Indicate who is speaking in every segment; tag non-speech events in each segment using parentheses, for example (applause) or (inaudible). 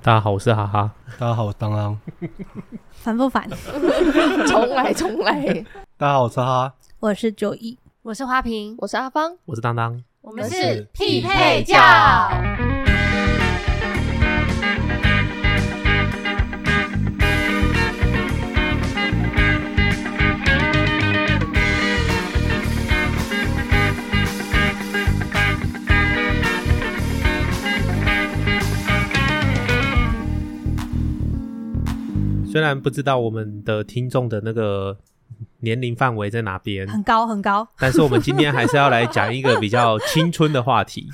Speaker 1: 大家好，我是哈哈。
Speaker 2: 大家好，我当当。
Speaker 3: 烦
Speaker 1: (laughs)
Speaker 3: 不烦？
Speaker 4: 重来，重来。
Speaker 2: 大家好，我是哈。
Speaker 3: 我是九一，
Speaker 5: 我是花瓶，
Speaker 4: 我是阿芳，
Speaker 1: 我是当当。
Speaker 5: 我
Speaker 4: 们是
Speaker 2: 匹
Speaker 4: 配教
Speaker 1: 虽然不知道我们的听众的那个年龄范围在哪边，
Speaker 3: 很高很高，
Speaker 1: 但是我们今天还是要来讲一个比较青春的话 (laughs) 题，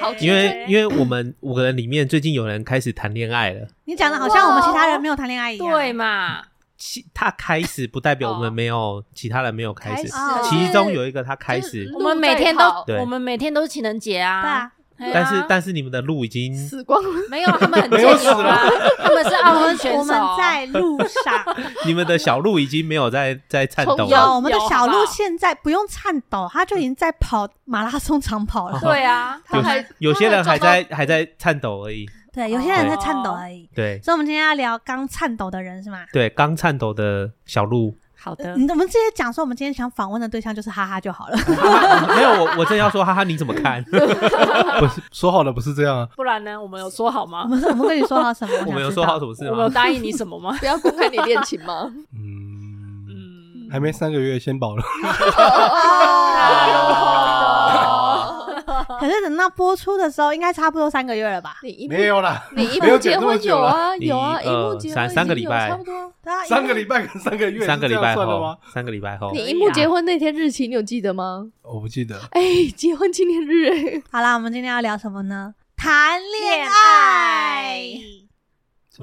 Speaker 5: 好
Speaker 1: 因为因为我们五个人里面最近有人开始谈恋爱了。
Speaker 3: 你讲的好像我们其他人没有谈恋爱一
Speaker 1: 啊
Speaker 3: 样。
Speaker 5: 对，嘛，
Speaker 1: 其他开始不代表我们没有、其他人没有开始，
Speaker 5: 啊
Speaker 3: 始
Speaker 1: 其中有一个他开始，
Speaker 5: 我们每天都
Speaker 1: 对
Speaker 5: 我们每天都是情人节
Speaker 3: 对
Speaker 5: 啊，
Speaker 3: 啊，
Speaker 5: 对啊
Speaker 1: 但是但是你们的路已 (laughs) 经
Speaker 4: 死光了，
Speaker 5: 没有他
Speaker 1: (laughs)
Speaker 5: 们很
Speaker 2: 没有
Speaker 5: 健勇啊，他们是
Speaker 3: 我
Speaker 5: 奥
Speaker 3: 们
Speaker 5: 运选手，
Speaker 3: 我们在路
Speaker 1: (laughs)
Speaker 3: 上，
Speaker 1: 你们的小路已经没有在在颤抖
Speaker 4: 从
Speaker 3: 有
Speaker 1: 了
Speaker 4: 摇。
Speaker 3: 我们的小
Speaker 5: 好不
Speaker 3: 鹿
Speaker 5: 好
Speaker 3: 现在不用颤抖，它就已经在跑马拉松长跑
Speaker 1: 哦
Speaker 3: 了。
Speaker 5: 对啊，
Speaker 4: 他还
Speaker 1: 有些人还
Speaker 4: 他？
Speaker 1: 在还在颤抖而已，
Speaker 3: 对，有些人在颤抖而已。
Speaker 1: 对
Speaker 3: 所以，我们今天要聊刚颤抖的人是吗？
Speaker 1: 对，刚颤抖的小鹿，
Speaker 5: 好的，
Speaker 3: 嗯，我们直接讲说，我们今天想访问的对象就是哈哈就好了。 (laughs)
Speaker 1: (laughs) 没有我我正要说，哈哈，你怎么看？
Speaker 2: 说好的不是这样啊，
Speaker 5: 不然呢，我们有说好
Speaker 3: 我
Speaker 5: 吗？
Speaker 3: 们我们跟你说好什么？
Speaker 1: 我
Speaker 3: 想
Speaker 1: 们有
Speaker 3: 知
Speaker 1: 说
Speaker 3: 道
Speaker 1: 好什么事
Speaker 5: 我们有
Speaker 1: 吗？
Speaker 5: 答应你什么吗
Speaker 1: (laughs)
Speaker 4: 不要公开你恋情 (laughs) 吗？
Speaker 2: 嗯，
Speaker 5: 嗯，
Speaker 2: 还没三个月，先保了。
Speaker 4: 哎
Speaker 3: 可是等到播出的时候，应该差不多三个月了吧？
Speaker 4: 你一
Speaker 2: 没有啦，
Speaker 4: 你一
Speaker 2: 没有
Speaker 4: 幕结
Speaker 2: 剪那么
Speaker 4: 婚
Speaker 2: 久
Speaker 4: 有啊
Speaker 1: 你
Speaker 4: 有啊，一幕
Speaker 1: 呃
Speaker 4: 结
Speaker 1: 三
Speaker 4: 婚已
Speaker 1: 三个
Speaker 4: 经
Speaker 1: 礼
Speaker 4: 有
Speaker 1: 拜
Speaker 4: 差不多。
Speaker 3: 对啊，
Speaker 2: 三个礼拜跟三个月，
Speaker 1: 三个礼拜
Speaker 2: 是这样算了
Speaker 1: 后
Speaker 2: 吗？，
Speaker 1: 三个礼拜后，
Speaker 5: 可以啊
Speaker 4: 你一幕结婚那天日期你有记得吗？
Speaker 2: 我不记得。
Speaker 4: 哎，结婚纪念日哎，
Speaker 3: 好啦，我们今天要聊什么呢？谈恋
Speaker 5: 恋
Speaker 3: 爱
Speaker 5: 爱。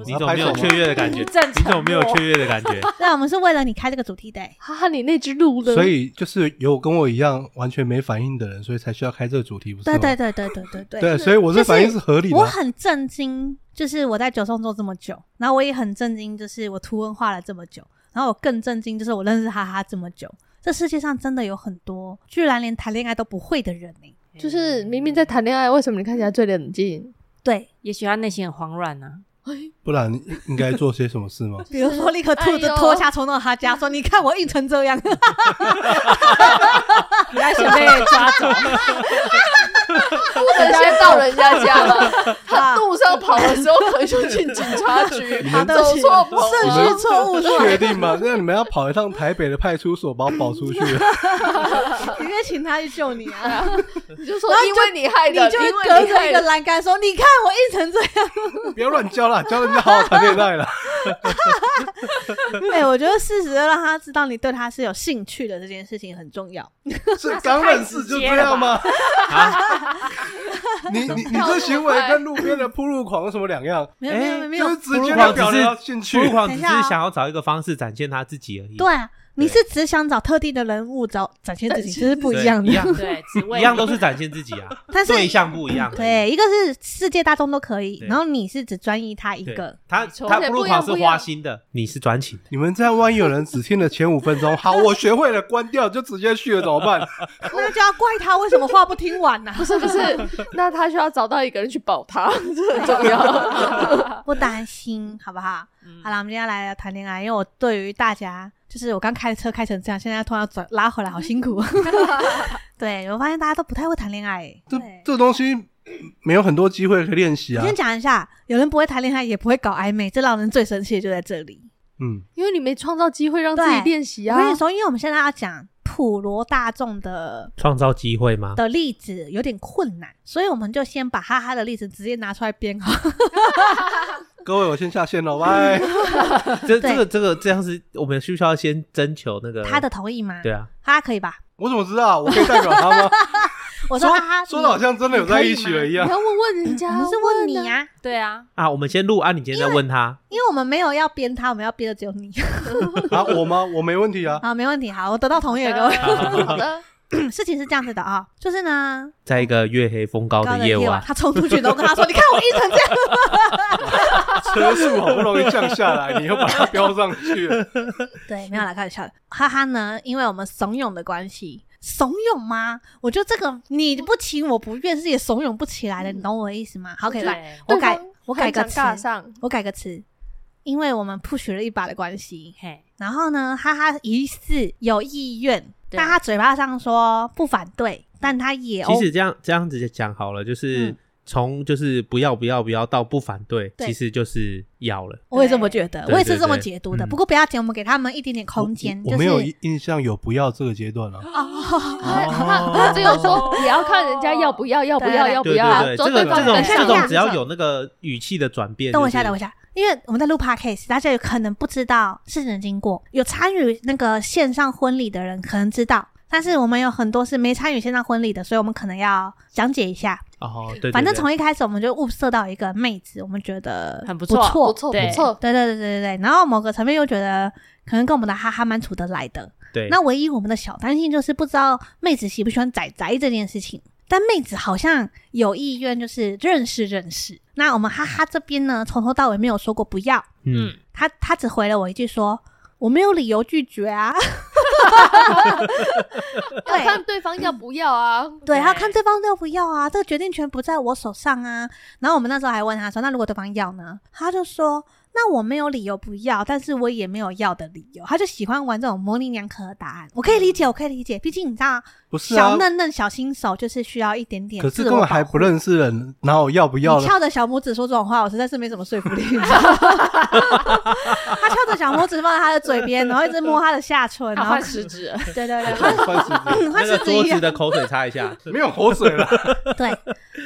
Speaker 1: 你怎么没有雀跃的感觉？
Speaker 5: 一阵沉
Speaker 1: 你怎么没有
Speaker 5: 默
Speaker 1: 雀跃的感觉？
Speaker 3: 对，我们是为了你开这个主题的欸、
Speaker 4: 哈哈，你那只鹿呢？
Speaker 2: 所以就是有跟我一样完全没反应的人，所以才需要开这个主题，不是吗？
Speaker 3: 对对对对对对对。
Speaker 2: 对，所以我这反应是合理的
Speaker 3: 我
Speaker 2: 啊。
Speaker 3: 很震惊，就是我在九松做这么久，然后我也很震惊，就是我图文画了这么久，然后我更震惊，就是我认识哈哈这么久。这世界上真的有很多居然连谈恋爱都不会的人呢、欸
Speaker 4: 就是明明在谈恋爱，为什么你看起来最冷静？
Speaker 3: 对，？
Speaker 5: 也许他内心很慌乱啊呢，
Speaker 2: 不然应应该做些什么事吗
Speaker 3: 比如说立刻兔子
Speaker 4: 哎呦
Speaker 3: 脱下冲到他家，说：“你看我硬成这样。
Speaker 5: 你还想被抓走？
Speaker 4: 不能先到人家家吧。
Speaker 3: 啊
Speaker 4: (laughs) 他路上跑的时候，可能就进警察局，
Speaker 2: 你们
Speaker 4: 走错棚
Speaker 3: 顺
Speaker 2: 你
Speaker 4: 了。
Speaker 2: 们
Speaker 3: 序错误，
Speaker 2: 确定吗？那你们要跑一趟台北的派出所把我保出去，
Speaker 3: 你可以请他去救你啊！
Speaker 4: 你就说因为你害
Speaker 3: 你
Speaker 4: 的，
Speaker 3: 就会
Speaker 4: 因为
Speaker 3: 隔
Speaker 4: 你
Speaker 3: 着
Speaker 4: 害
Speaker 3: 一个
Speaker 4: 的。
Speaker 3: 栏杆说：‘你看我硬成这样。’
Speaker 2: 不要乱教啦，教人家好好谈恋爱啦。
Speaker 1: (laughs)
Speaker 3: 对，我觉得适时的让他知道你对他是有兴趣的这件事情很重要。
Speaker 2: 是刚认识就这样吗？你你你这行为跟路边的铺路狂有什么两样？
Speaker 3: 没
Speaker 1: 哎
Speaker 3: 有没有 (laughs) 没有，
Speaker 2: 就是直接
Speaker 1: 狂
Speaker 2: 的表达兴
Speaker 1: 不
Speaker 2: 趣
Speaker 1: 如。狂只是
Speaker 3: 等一下哦
Speaker 1: 想要找一个方式展现他自己而已，
Speaker 3: 对啊，你是只想找特定的人物找展现自己，这是不
Speaker 1: 对
Speaker 3: 一样
Speaker 1: 一
Speaker 3: 的。
Speaker 1: 样
Speaker 5: 对，只为
Speaker 1: 一样都是展现自己啊，
Speaker 3: 但是
Speaker 1: 对象不一样而已。
Speaker 3: 对，一个是世界大众都可以，
Speaker 1: 对
Speaker 3: 然后你是只专一他一
Speaker 1: 对
Speaker 3: 个。
Speaker 1: 他
Speaker 5: 没错
Speaker 1: 他
Speaker 4: 而且
Speaker 1: 不如
Speaker 4: 不一样
Speaker 1: 狂是
Speaker 4: 不一
Speaker 1: 花
Speaker 4: 样
Speaker 1: 心的，你是专情的。
Speaker 2: 你们这样，万一有人只听了前五分钟，好，我学会了，关掉就直接去了，怎么办？
Speaker 3: 那就要怪他为什么话不听完啊呢、
Speaker 1: (laughs)
Speaker 4: 不是不是，那他需要找到一个人去保他， (laughs) 这很重
Speaker 1: (laughs)
Speaker 4: 要。
Speaker 3: 不担心，好不好？
Speaker 5: 嗯
Speaker 3: 好了，我们今天来聊谈恋爱，因为我对于大家，就是我刚开车开成这样，现在突然要转拉回来，好辛苦。对，我发现大家都不太会谈恋爱、欸。
Speaker 2: 这
Speaker 3: 对
Speaker 2: 这东西没有很多机会可以练习
Speaker 3: 我
Speaker 2: 啊
Speaker 3: 先。讲一下，有人不会谈恋爱，也不会搞暧昧，这让人最生气的就在这里。
Speaker 2: 嗯，
Speaker 4: 因为你没创造机会让自己
Speaker 3: 对
Speaker 4: 练习啊
Speaker 3: 我。跟你说，因为我们现在要讲普罗大众的
Speaker 1: 创造机会吗？
Speaker 3: 的例子有点困难，所以我们就先把哈哈的例子直接拿出来编好。
Speaker 2: 各位，我先下线了，拜。
Speaker 1: 这
Speaker 3: 对
Speaker 1: 这个这个这样是，我们需不需要先征求那个
Speaker 3: 他的同意吗？
Speaker 1: 对，啊，
Speaker 3: 哈哈可以吧？
Speaker 2: 我怎么知道？我可以代表他吗？
Speaker 3: 我说哈哈，
Speaker 2: 说的好
Speaker 3: 你
Speaker 2: 像真的有在一起了一样
Speaker 4: 你。要问问人
Speaker 3: 我
Speaker 4: 家，
Speaker 3: 们是问你
Speaker 4: 啊。
Speaker 3: 啊，
Speaker 5: 对啊，
Speaker 1: 啊，我们先录啊，你今天再问他，
Speaker 3: 因为我们没有要编他，我们要编的只有你。
Speaker 2: 啊，我吗？我没问题啊。
Speaker 3: 好，没问题，好，我得到同意了，各位。
Speaker 4: 好的，
Speaker 3: (clears throat) 事情是这样子的啊、就是呢，
Speaker 1: 在一个月黑风高
Speaker 3: 高
Speaker 1: 的
Speaker 3: 的
Speaker 1: 夜
Speaker 3: 晚，
Speaker 1: 晚，
Speaker 3: 他冲出去，然后跟他说：“你看我硬成这样。
Speaker 2: 车速好不容易降下来，你又把它飙上去了。”
Speaker 3: 对，没有啦，开玩笑的。哈哈呢，因为我们怂恿的关系，怂恿吗？我觉得这个你不情我不愿是也怂恿不起来的，你懂我的意思吗？好，可以来，我
Speaker 5: 对
Speaker 3: 改
Speaker 4: 对方啊
Speaker 3: 我改
Speaker 4: 很
Speaker 3: 个
Speaker 4: 常
Speaker 3: 词，
Speaker 4: 尬上，
Speaker 3: 我改个词，因为我们 push 了一把的关系，
Speaker 5: 嘿，
Speaker 3: 然后呢，哈哈疑似有意愿，
Speaker 5: 对
Speaker 3: 但他嘴巴上说不反对，但他也
Speaker 1: 其实这样这样子讲好了，就是
Speaker 3: 哦嗯
Speaker 1: 从就是不要不要不要到不反对，
Speaker 3: 对
Speaker 1: 其实就是要了。
Speaker 3: 我也这么觉得，
Speaker 1: 对
Speaker 3: 我也是这么
Speaker 1: 对对
Speaker 3: 解读的。
Speaker 1: 嗯
Speaker 3: 不过不要紧，我们给他们一点点空间，
Speaker 2: 我
Speaker 3: 就
Speaker 2: 没有
Speaker 3: 是哦
Speaker 2: 印印象有不要这个阶段啊。
Speaker 4: 他他
Speaker 2: 哦
Speaker 4: 他 (laughs) 只有说你要看人家要不要，要不要，
Speaker 3: 啊对
Speaker 4: 要不
Speaker 1: 对
Speaker 4: 要，
Speaker 1: 哦对对，
Speaker 4: 走
Speaker 1: 这个
Speaker 4: 方
Speaker 1: 这
Speaker 4: 的
Speaker 1: 种
Speaker 3: 等一下
Speaker 1: 这
Speaker 4: 向
Speaker 1: 种
Speaker 3: 等一下
Speaker 1: 只要有那个语气的转变，
Speaker 3: 等我一下，
Speaker 1: 就是
Speaker 3: 等我一下，因为我们在录 podcast，大家有可能不知道事情的经过。有参与那个线上婚礼的人可能知道，但是我们有很多是没参与线上婚礼的，所以我们可能要讲解一下。嗯
Speaker 1: 哦，对，对
Speaker 3: 反正
Speaker 1: 对
Speaker 3: 从一开始我们就物色到一个妹子，我们觉得
Speaker 5: 很不
Speaker 3: 错，
Speaker 4: 不
Speaker 5: 错
Speaker 4: 错
Speaker 5: 对
Speaker 4: 不错，
Speaker 3: 对对对对对对。然后某个层面又觉得可能跟我们的哈哈蛮处得来的。
Speaker 1: 对
Speaker 3: 那唯一我们的小担心就是不知道妹子喜不喜欢仔仔这件事情。但妹子好像有意愿，就是认识认识。那我们哈哈这边呢，从头到尾没有说过不要，
Speaker 1: 嗯，
Speaker 3: 她她只回了我一句说：“我没有理由拒绝啊。
Speaker 4: 要看对方要不要啊。”
Speaker 3: 对，
Speaker 5: 对
Speaker 3: 她看对方要不要啊，这个决定权不在我手上啊。然后我们那时候还问她说：“那如果对方要呢？”她就说：“那我没有理由不要，但是我也没有要的理由。”她就喜欢玩这种模棱两可的答案。我可以理解，我可以理解，毕竟你知道，
Speaker 2: 嗯不是啊
Speaker 3: 小，嫩嫩小新手就是需要一点
Speaker 2: (laughs)
Speaker 3: 点
Speaker 2: 可是
Speaker 3: 自
Speaker 2: 根
Speaker 3: 我
Speaker 2: 本
Speaker 3: 保
Speaker 2: 还
Speaker 3: 护
Speaker 2: 不。认识人，哪有要不要
Speaker 3: 你
Speaker 2: 的？
Speaker 3: 翘着小拇指说这种话，我实在是没什么说服力。你知道吗 (laughs) 他翘着小拇指放在他的嘴边，然后一直摸他的下唇，
Speaker 5: 他
Speaker 3: 然后
Speaker 5: 换食指了，
Speaker 3: 对对
Speaker 2: (laughs)
Speaker 3: 对， (laughs)
Speaker 2: 算是
Speaker 3: 他
Speaker 1: 那个
Speaker 3: 是这
Speaker 1: 桌
Speaker 3: 样 (laughs)
Speaker 1: 子的口水擦一下，
Speaker 2: 没有口水了。
Speaker 3: 对。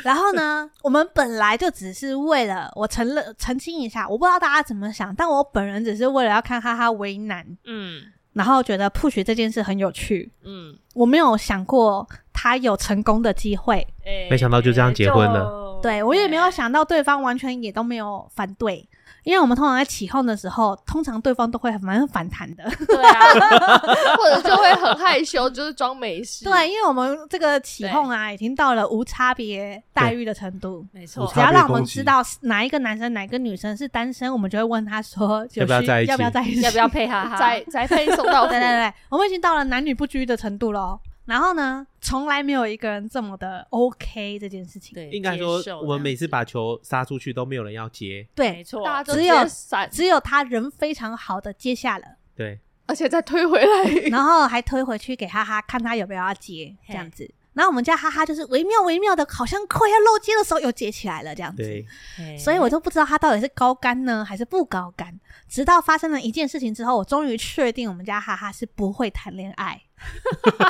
Speaker 3: 然后呢，我们本来就只是为了我承认澄清一下，我不知道大家怎么想，但我本人只是为了要看哈哈为难，
Speaker 5: 嗯
Speaker 3: 然后觉得 push 这件事很有趣，
Speaker 5: 嗯，
Speaker 3: 我没有想过他有成功的机会，
Speaker 5: 哎
Speaker 1: 没想到就这样结婚了
Speaker 5: 就
Speaker 3: 对我也没有想到对方完全也都没有反对。因为我们通常在起哄的时候，通常对方都会蛮反弹的，
Speaker 5: 对啊，
Speaker 4: 或者就会很害羞，就是装没事。
Speaker 3: 对，因为我们这个起哄啊，已经到了无差别待遇的程度。
Speaker 5: 没
Speaker 2: 我
Speaker 5: 错
Speaker 2: 差
Speaker 3: 只
Speaker 2: 别
Speaker 3: 要让我们
Speaker 2: 攻击
Speaker 3: 知道是哪一个男生、哪个女生是单身，我们就会问他说：“
Speaker 1: 要不要
Speaker 3: 有需
Speaker 1: 在一起
Speaker 3: 要不要在一起？
Speaker 5: 要
Speaker 3: (laughs)
Speaker 5: 不要？配哈哈？
Speaker 4: 宅宅配送到府
Speaker 3: 对对对，我们已经到了男女不拘的程度喽。然后呢，从来没有一个人这么的 OK 这件事情。
Speaker 5: 对，
Speaker 1: 应该说我们每次把球杀出去都没有人要接，
Speaker 3: 对，
Speaker 5: 没
Speaker 4: (laughs)
Speaker 5: 错，
Speaker 4: 大家都
Speaker 3: 只有
Speaker 4: 直接闪，
Speaker 3: 只有他人非常好的接下
Speaker 5: (laughs)
Speaker 3: 了，
Speaker 1: 对，
Speaker 4: 而且再推回来。
Speaker 3: (laughs)
Speaker 4: (laughs)
Speaker 3: 然后还推回去给哈哈，看他有没有要接这
Speaker 5: 嘿
Speaker 3: 样子。然后我们家哈哈就是惟妙惟妙的，好像快要漏接的时候又接起来了这样子。
Speaker 1: 对，
Speaker 5: 嘿
Speaker 3: 所以我就不知道他到底是高干呢，还是不高干。直到发生了一件事情之后，我终于确定我们家哈哈是不会谈恋爱。 (laughs)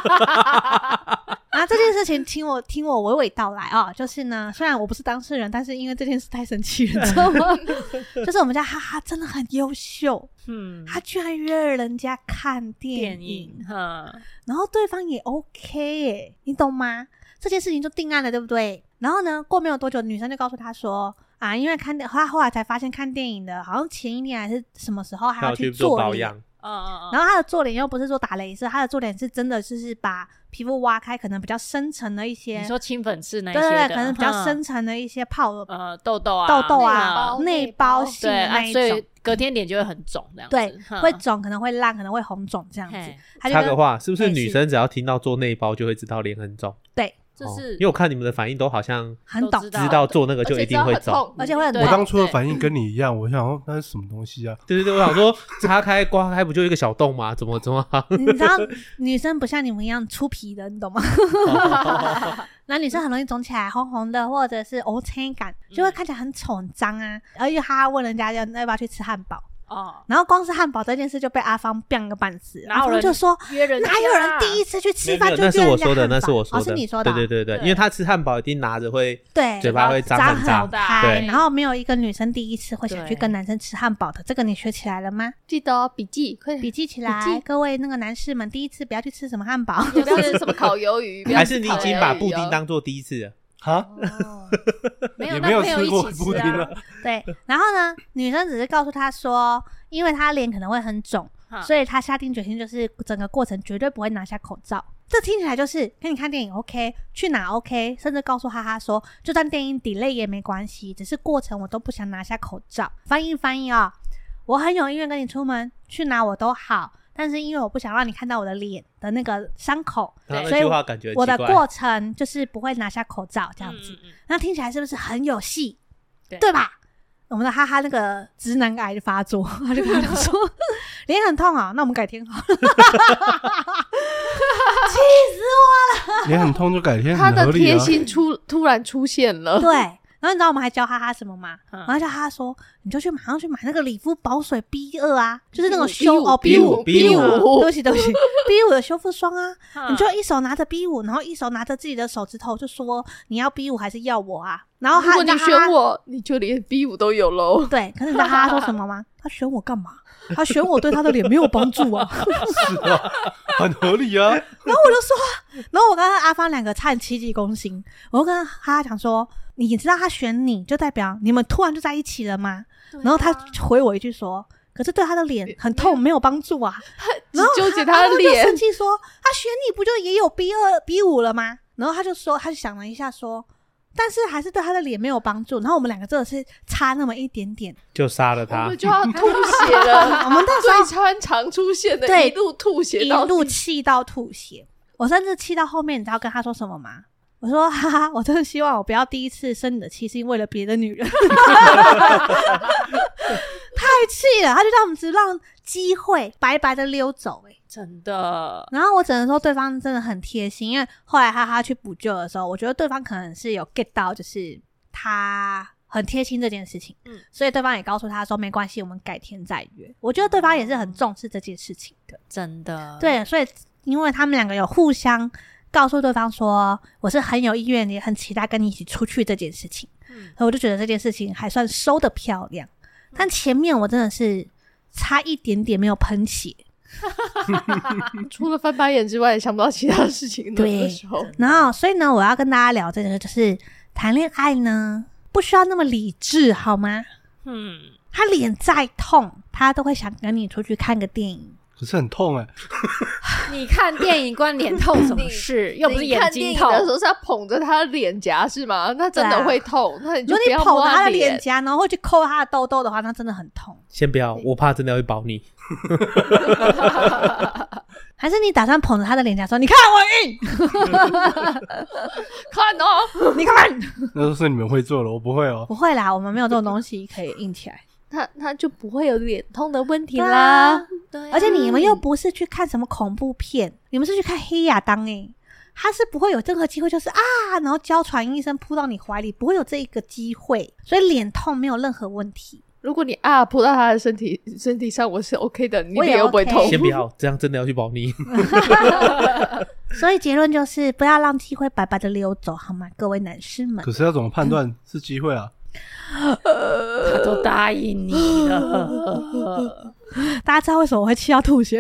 Speaker 3: 啊，这件事情听我听我娓娓道来啊、就是呢，虽然我不是当事人，但是因为这件事太生气了，你知道吗？ (laughs) 就是我们家哈哈真的很优秀，
Speaker 5: 嗯，
Speaker 3: 他居然约了人家看电影，
Speaker 5: 电影哈，
Speaker 3: 然后对方也 OK 耶，你懂吗？这件事情就定案了，对不对？然后呢，过没有多久，女生就告诉他说啊，因为看电，他后来才发现看电影的，好像前一年还是什么时候，还
Speaker 1: 他
Speaker 3: 要
Speaker 1: 要去做
Speaker 3: 做
Speaker 1: 保
Speaker 3: 脸。
Speaker 1: 养，
Speaker 5: 嗯嗯
Speaker 3: 然后他的做脸又不是说打镭射，他的做脸是真的就是把皮肤挖开，可能比较深层的一些，
Speaker 5: 嗯，你说清粉刺那
Speaker 3: 对
Speaker 5: 一些
Speaker 3: 对
Speaker 5: 的，
Speaker 3: 对，可能比较
Speaker 5: 嗯
Speaker 3: 深层的一些泡
Speaker 5: 呃痘痘啊
Speaker 3: 痘痘
Speaker 5: 那
Speaker 3: 啊
Speaker 5: 个、
Speaker 3: 内
Speaker 4: 内
Speaker 3: 包
Speaker 4: 包
Speaker 3: 性
Speaker 5: 对
Speaker 3: 的那
Speaker 5: 啊，
Speaker 3: 一
Speaker 5: 所
Speaker 3: 种
Speaker 5: 以，隔天脸就会很肿这样子，
Speaker 3: 对，
Speaker 5: 哼
Speaker 3: 会肿，可能会烂，可能会红肿这样子
Speaker 5: 嘿。
Speaker 3: 他就
Speaker 1: 插个
Speaker 3: 跟
Speaker 1: 话，是不
Speaker 3: 哎
Speaker 1: 是
Speaker 3: 是
Speaker 1: 女生只要听到做内包就会知道脸很肿？
Speaker 3: 对，
Speaker 5: 就
Speaker 1: 哦
Speaker 5: 是
Speaker 1: 因为我看你们的反应都好像
Speaker 3: 很
Speaker 5: 都
Speaker 3: 懂
Speaker 5: 知，
Speaker 1: 知道做那个
Speaker 4: 而
Speaker 1: 就
Speaker 4: 且
Speaker 1: 一
Speaker 4: 知
Speaker 1: 定
Speaker 4: 道
Speaker 1: 会
Speaker 4: 很
Speaker 1: 肿。
Speaker 4: 痛，
Speaker 3: 而且会很
Speaker 2: (laughs)
Speaker 5: 对
Speaker 2: 我当初的
Speaker 5: 对
Speaker 2: 反应跟你一样，我想哦那是什么东西啊？
Speaker 1: 对对对，我想 (laughs) 说擦开刮开不就一个小洞吗？怎么怎么？
Speaker 3: (laughs)
Speaker 1: (laughs)
Speaker 3: 你知道女生不像你们一样粗皮的，你懂吗？ (laughs) 那女生很容易肿起来，红红的，或者是 O 青感，就会看起来很丑、很脏啊。而且哈哈问人家要要不要去吃汉堡，
Speaker 5: 哦，
Speaker 3: 然后光是汉堡这件事就被阿芳变个半死，
Speaker 5: 哪
Speaker 3: 阿
Speaker 5: 有
Speaker 3: 芳
Speaker 5: 人
Speaker 3: 就说。
Speaker 5: 约人
Speaker 3: 哪有人第
Speaker 5: 一
Speaker 3: 一次去吃
Speaker 1: 没
Speaker 3: 饭
Speaker 1: 有
Speaker 3: 就
Speaker 1: 那是
Speaker 3: 约
Speaker 1: 我
Speaker 3: 人家
Speaker 1: 说的，
Speaker 3: 汉
Speaker 1: 那是
Speaker 3: 堡
Speaker 1: 我说
Speaker 3: 哦，是
Speaker 1: 的，
Speaker 3: 你说的啊，
Speaker 1: 对对对对，
Speaker 5: 对
Speaker 1: 因为他吃汉堡一定拿着会
Speaker 3: 对，
Speaker 1: 嘴巴会张
Speaker 3: 张
Speaker 1: 很
Speaker 3: 很
Speaker 1: 大，
Speaker 3: 开，
Speaker 1: 对
Speaker 3: 然后没有一个女生第一次会想去
Speaker 5: 对
Speaker 3: 跟男生吃汉堡的，这个你学起来了吗？
Speaker 4: 记得哦笔记，快
Speaker 3: 笔
Speaker 4: 点，
Speaker 3: 记起来，
Speaker 4: 记
Speaker 3: 各位那个男士们，第一次不要去吃什么汉堡， (laughs)
Speaker 4: (laughs) 也不要吃什么烤鱿鱼，不要
Speaker 1: 还
Speaker 4: 吃
Speaker 1: 是你已
Speaker 4: 烤
Speaker 1: 经
Speaker 4: 鱿
Speaker 1: 把
Speaker 4: 鱼
Speaker 1: 布丁
Speaker 4: 哦
Speaker 1: 当做第一次了？
Speaker 2: 啊，
Speaker 3: (laughs)
Speaker 5: 哦没
Speaker 2: 也
Speaker 5: 有
Speaker 2: 没有
Speaker 5: 那
Speaker 2: 吃
Speaker 5: 一
Speaker 2: 过
Speaker 5: 起
Speaker 2: 布
Speaker 5: 吃
Speaker 2: 丁
Speaker 5: 啊
Speaker 2: 啊，
Speaker 3: 对，然后呢，女生只是告诉他说，因为他脸可能会很肿，
Speaker 5: 哈
Speaker 3: 所以他下定决心，就是整个过程绝对不会拿下口罩。这听起来就是跟你看电影 OK，去哪 OK，甚至告诉哈哈说，就算电影 delay 也没关系，只是过程我都不想拿下口罩。翻译翻译啊、我很有意愿跟你出门，去哪我都好，但是因为我不想让你看到我的脸的那个伤口，
Speaker 1: 他那
Speaker 3: 所以
Speaker 1: 句话感觉很
Speaker 3: 我的
Speaker 1: 奇怪
Speaker 3: 过程就是不会拿下口罩这样子。
Speaker 5: 嗯嗯嗯
Speaker 3: 那听起来是不是很有戏？
Speaker 5: 对
Speaker 3: 吧？我们的哈哈那个直男癌就发作，他就跟我讲说 (laughs) 脸很痛啊，那我们改天好了。
Speaker 2: 脸很痛就改天，
Speaker 4: 他
Speaker 2: 很合
Speaker 4: 的
Speaker 2: 理
Speaker 4: 贴
Speaker 2: 啊。
Speaker 4: 心出突然出现了，
Speaker 3: 对，然后你知道我们还教哈哈什么吗？
Speaker 5: 嗯
Speaker 3: 然后叫哈哈说，你就去马上去买那个理肤保水 B 二啊，就是那种
Speaker 4: B5
Speaker 3: 修哦 B 五
Speaker 2: B5
Speaker 3: 啊对不起对不起 B 五的修复霜啊，你
Speaker 5: 你
Speaker 3: 就
Speaker 5: 就
Speaker 3: 一手拿着 B 五，然后一手拿着自己的手指头，就说你要 B 五还是要我啊？然后
Speaker 4: 如
Speaker 3: 他
Speaker 4: 果你选，我，你就连 B 五都有喽。
Speaker 3: 对，可是你知道哈哈说什么吗？他选我干嘛？他选我对他的脸没有帮助啊！
Speaker 2: 是啊， (laughs) 很合理啊。
Speaker 3: 然后我就说，然后我跟阿芳两个差点七级攻心，我就跟哈哈讲说，你知道他选你就代表你们突然就在一起了吗？
Speaker 4: 啊
Speaker 3: 然后他回我一句说，可是对他的脸很痛，没有帮助
Speaker 4: (laughs)
Speaker 3: 啊。
Speaker 4: 只
Speaker 3: 然后
Speaker 4: 纠结
Speaker 3: 然后
Speaker 4: 他的
Speaker 3: 就
Speaker 4: 脸
Speaker 3: 生，气说，他选你不就也有 B 二 B 五了吗？然后他就说，他就想了一下说。但是还是对他的脸没有帮助，然后我们两个真的是差那么一点点，
Speaker 1: 就杀了
Speaker 4: 我
Speaker 1: 他
Speaker 4: 们。就要吐血了。
Speaker 3: (laughs) 我们那时候
Speaker 4: 最常常出现的，
Speaker 3: 对
Speaker 4: 一路吐血
Speaker 3: 一
Speaker 4: 到
Speaker 3: 路气到吐血。我甚至气到后面，你知道跟他说什么吗？我说哈哈，我真的希望我不要第一次生你的气是因为了别的女人，太气了，他就让我们只让机会白白的溜走、欸，
Speaker 5: 真的
Speaker 3: 然后我只能说对方真的很贴心，因为后来哈哈去补救的时候，我觉得对方可能是有 get 到，就是他很贴心这件事情，嗯
Speaker 5: 嗯，
Speaker 3: 所以对方也告诉他说没关系，我们改天再约。我觉得对方也是很重视这件事情的。
Speaker 5: 真
Speaker 4: 嗯
Speaker 5: 的，
Speaker 3: 对，所以因为他们两个有互相告诉对方说我是很有意愿，也很期待跟你一起出去这件事情，
Speaker 5: 嗯
Speaker 3: 所以我就觉得这件事情还算收的漂亮。
Speaker 4: 嗯
Speaker 3: 但前面我真的是差一点点没有喷血，
Speaker 4: 除了翻白眼之外，也想不到其他事情的
Speaker 3: 对
Speaker 4: 那时候，
Speaker 3: 然后所以呢，我要跟大家聊这个，就是谈恋爱呢不需要那么理智，好吗？ (laughs)
Speaker 5: 嗯，
Speaker 3: 他脸再痛，他都会想跟你出去看个电影。
Speaker 2: 可是很痛哎，
Speaker 5: 你看电影关脸痛什么事？又不是
Speaker 4: 你
Speaker 5: 眼
Speaker 4: 看电
Speaker 5: 睛
Speaker 4: 影
Speaker 5: 痛
Speaker 4: 的，时候是要捧着他的脸颊是吗？那真
Speaker 3: 对啊
Speaker 4: 的会痛，那你
Speaker 3: 啊如
Speaker 4: 就
Speaker 3: 果
Speaker 4: 不
Speaker 3: 你
Speaker 4: 要
Speaker 3: 捧
Speaker 4: 摸
Speaker 3: 着他的脸
Speaker 4: 脸。
Speaker 3: 颊，然后会去抠他的痘痘的话，那真的很痛。
Speaker 1: 先不要，我怕真的要去保你。
Speaker 3: 还是你打算捧着他的脸颊说：“你看我硬，
Speaker 4: (laughs) 看哦，
Speaker 3: 你看。
Speaker 2: 那都是你们会做的，我不会”哦。
Speaker 3: 不会啦，我们没有这种东西可以硬起来。
Speaker 4: (laughs) 他他就不会有脸痛的问题
Speaker 3: 对
Speaker 4: 啦。
Speaker 3: 啊，而且你们又不是去看什么恐怖片，你们是去看黑亚当诶、欸他是不会有任何机会，就是啊，然后娇喘一声扑到你怀里，不会有这一个机会，所以脸痛没有任何问题。
Speaker 4: 如果你啊扑到他的身体身体上，我是 OK 的，你
Speaker 3: 我也
Speaker 4: 脸又不会
Speaker 3: OK
Speaker 4: 痛。
Speaker 1: 先不要，这样真的要去保
Speaker 3: (laughs)
Speaker 1: 你。
Speaker 3: 所以结论就是不要让机会白白的溜走，好吗，各位男士们
Speaker 2: 可？是要怎么判断是机会啊？
Speaker 5: 他都答应
Speaker 3: (laughs)
Speaker 5: 你了，
Speaker 3: 大家知道为什么我会气到吐血？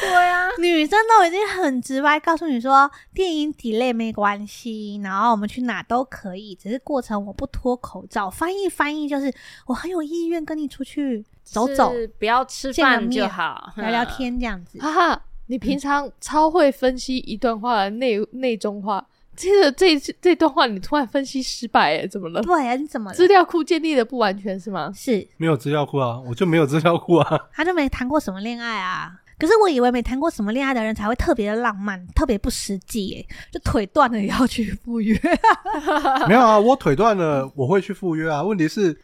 Speaker 5: 对啊，
Speaker 3: (laughs) 女生都已经很直白告诉你说，电影 delay 没关系，然后我们去哪都可以，只是过程我不脱口罩，翻译翻译就是我很有意愿跟你出去走走、
Speaker 5: 就是不要吃
Speaker 3: 见个
Speaker 5: 饭
Speaker 3: 面
Speaker 5: 就好，
Speaker 3: (laughs)
Speaker 5: 嗯
Speaker 3: 聊聊天这样子。
Speaker 4: 哈哈，你平常超会分析一段话的内内中话，这个这这段话你突然分析失败，哎，怎么了？
Speaker 3: 对啊，你怎么了
Speaker 4: 资料库建立的不完全是吗？
Speaker 3: 是，
Speaker 2: 没有资料库啊，我就没有资料库
Speaker 3: (laughs)
Speaker 2: 啊。
Speaker 3: 他就没谈过什么恋爱啊。可是我以为没谈过什么恋爱的人才会特别的浪漫，特别不实际耶，就腿断了也要去赴约， (laughs) 你
Speaker 2: 没有啊，我腿断了，我会去赴约啊。问题是，
Speaker 3: 腿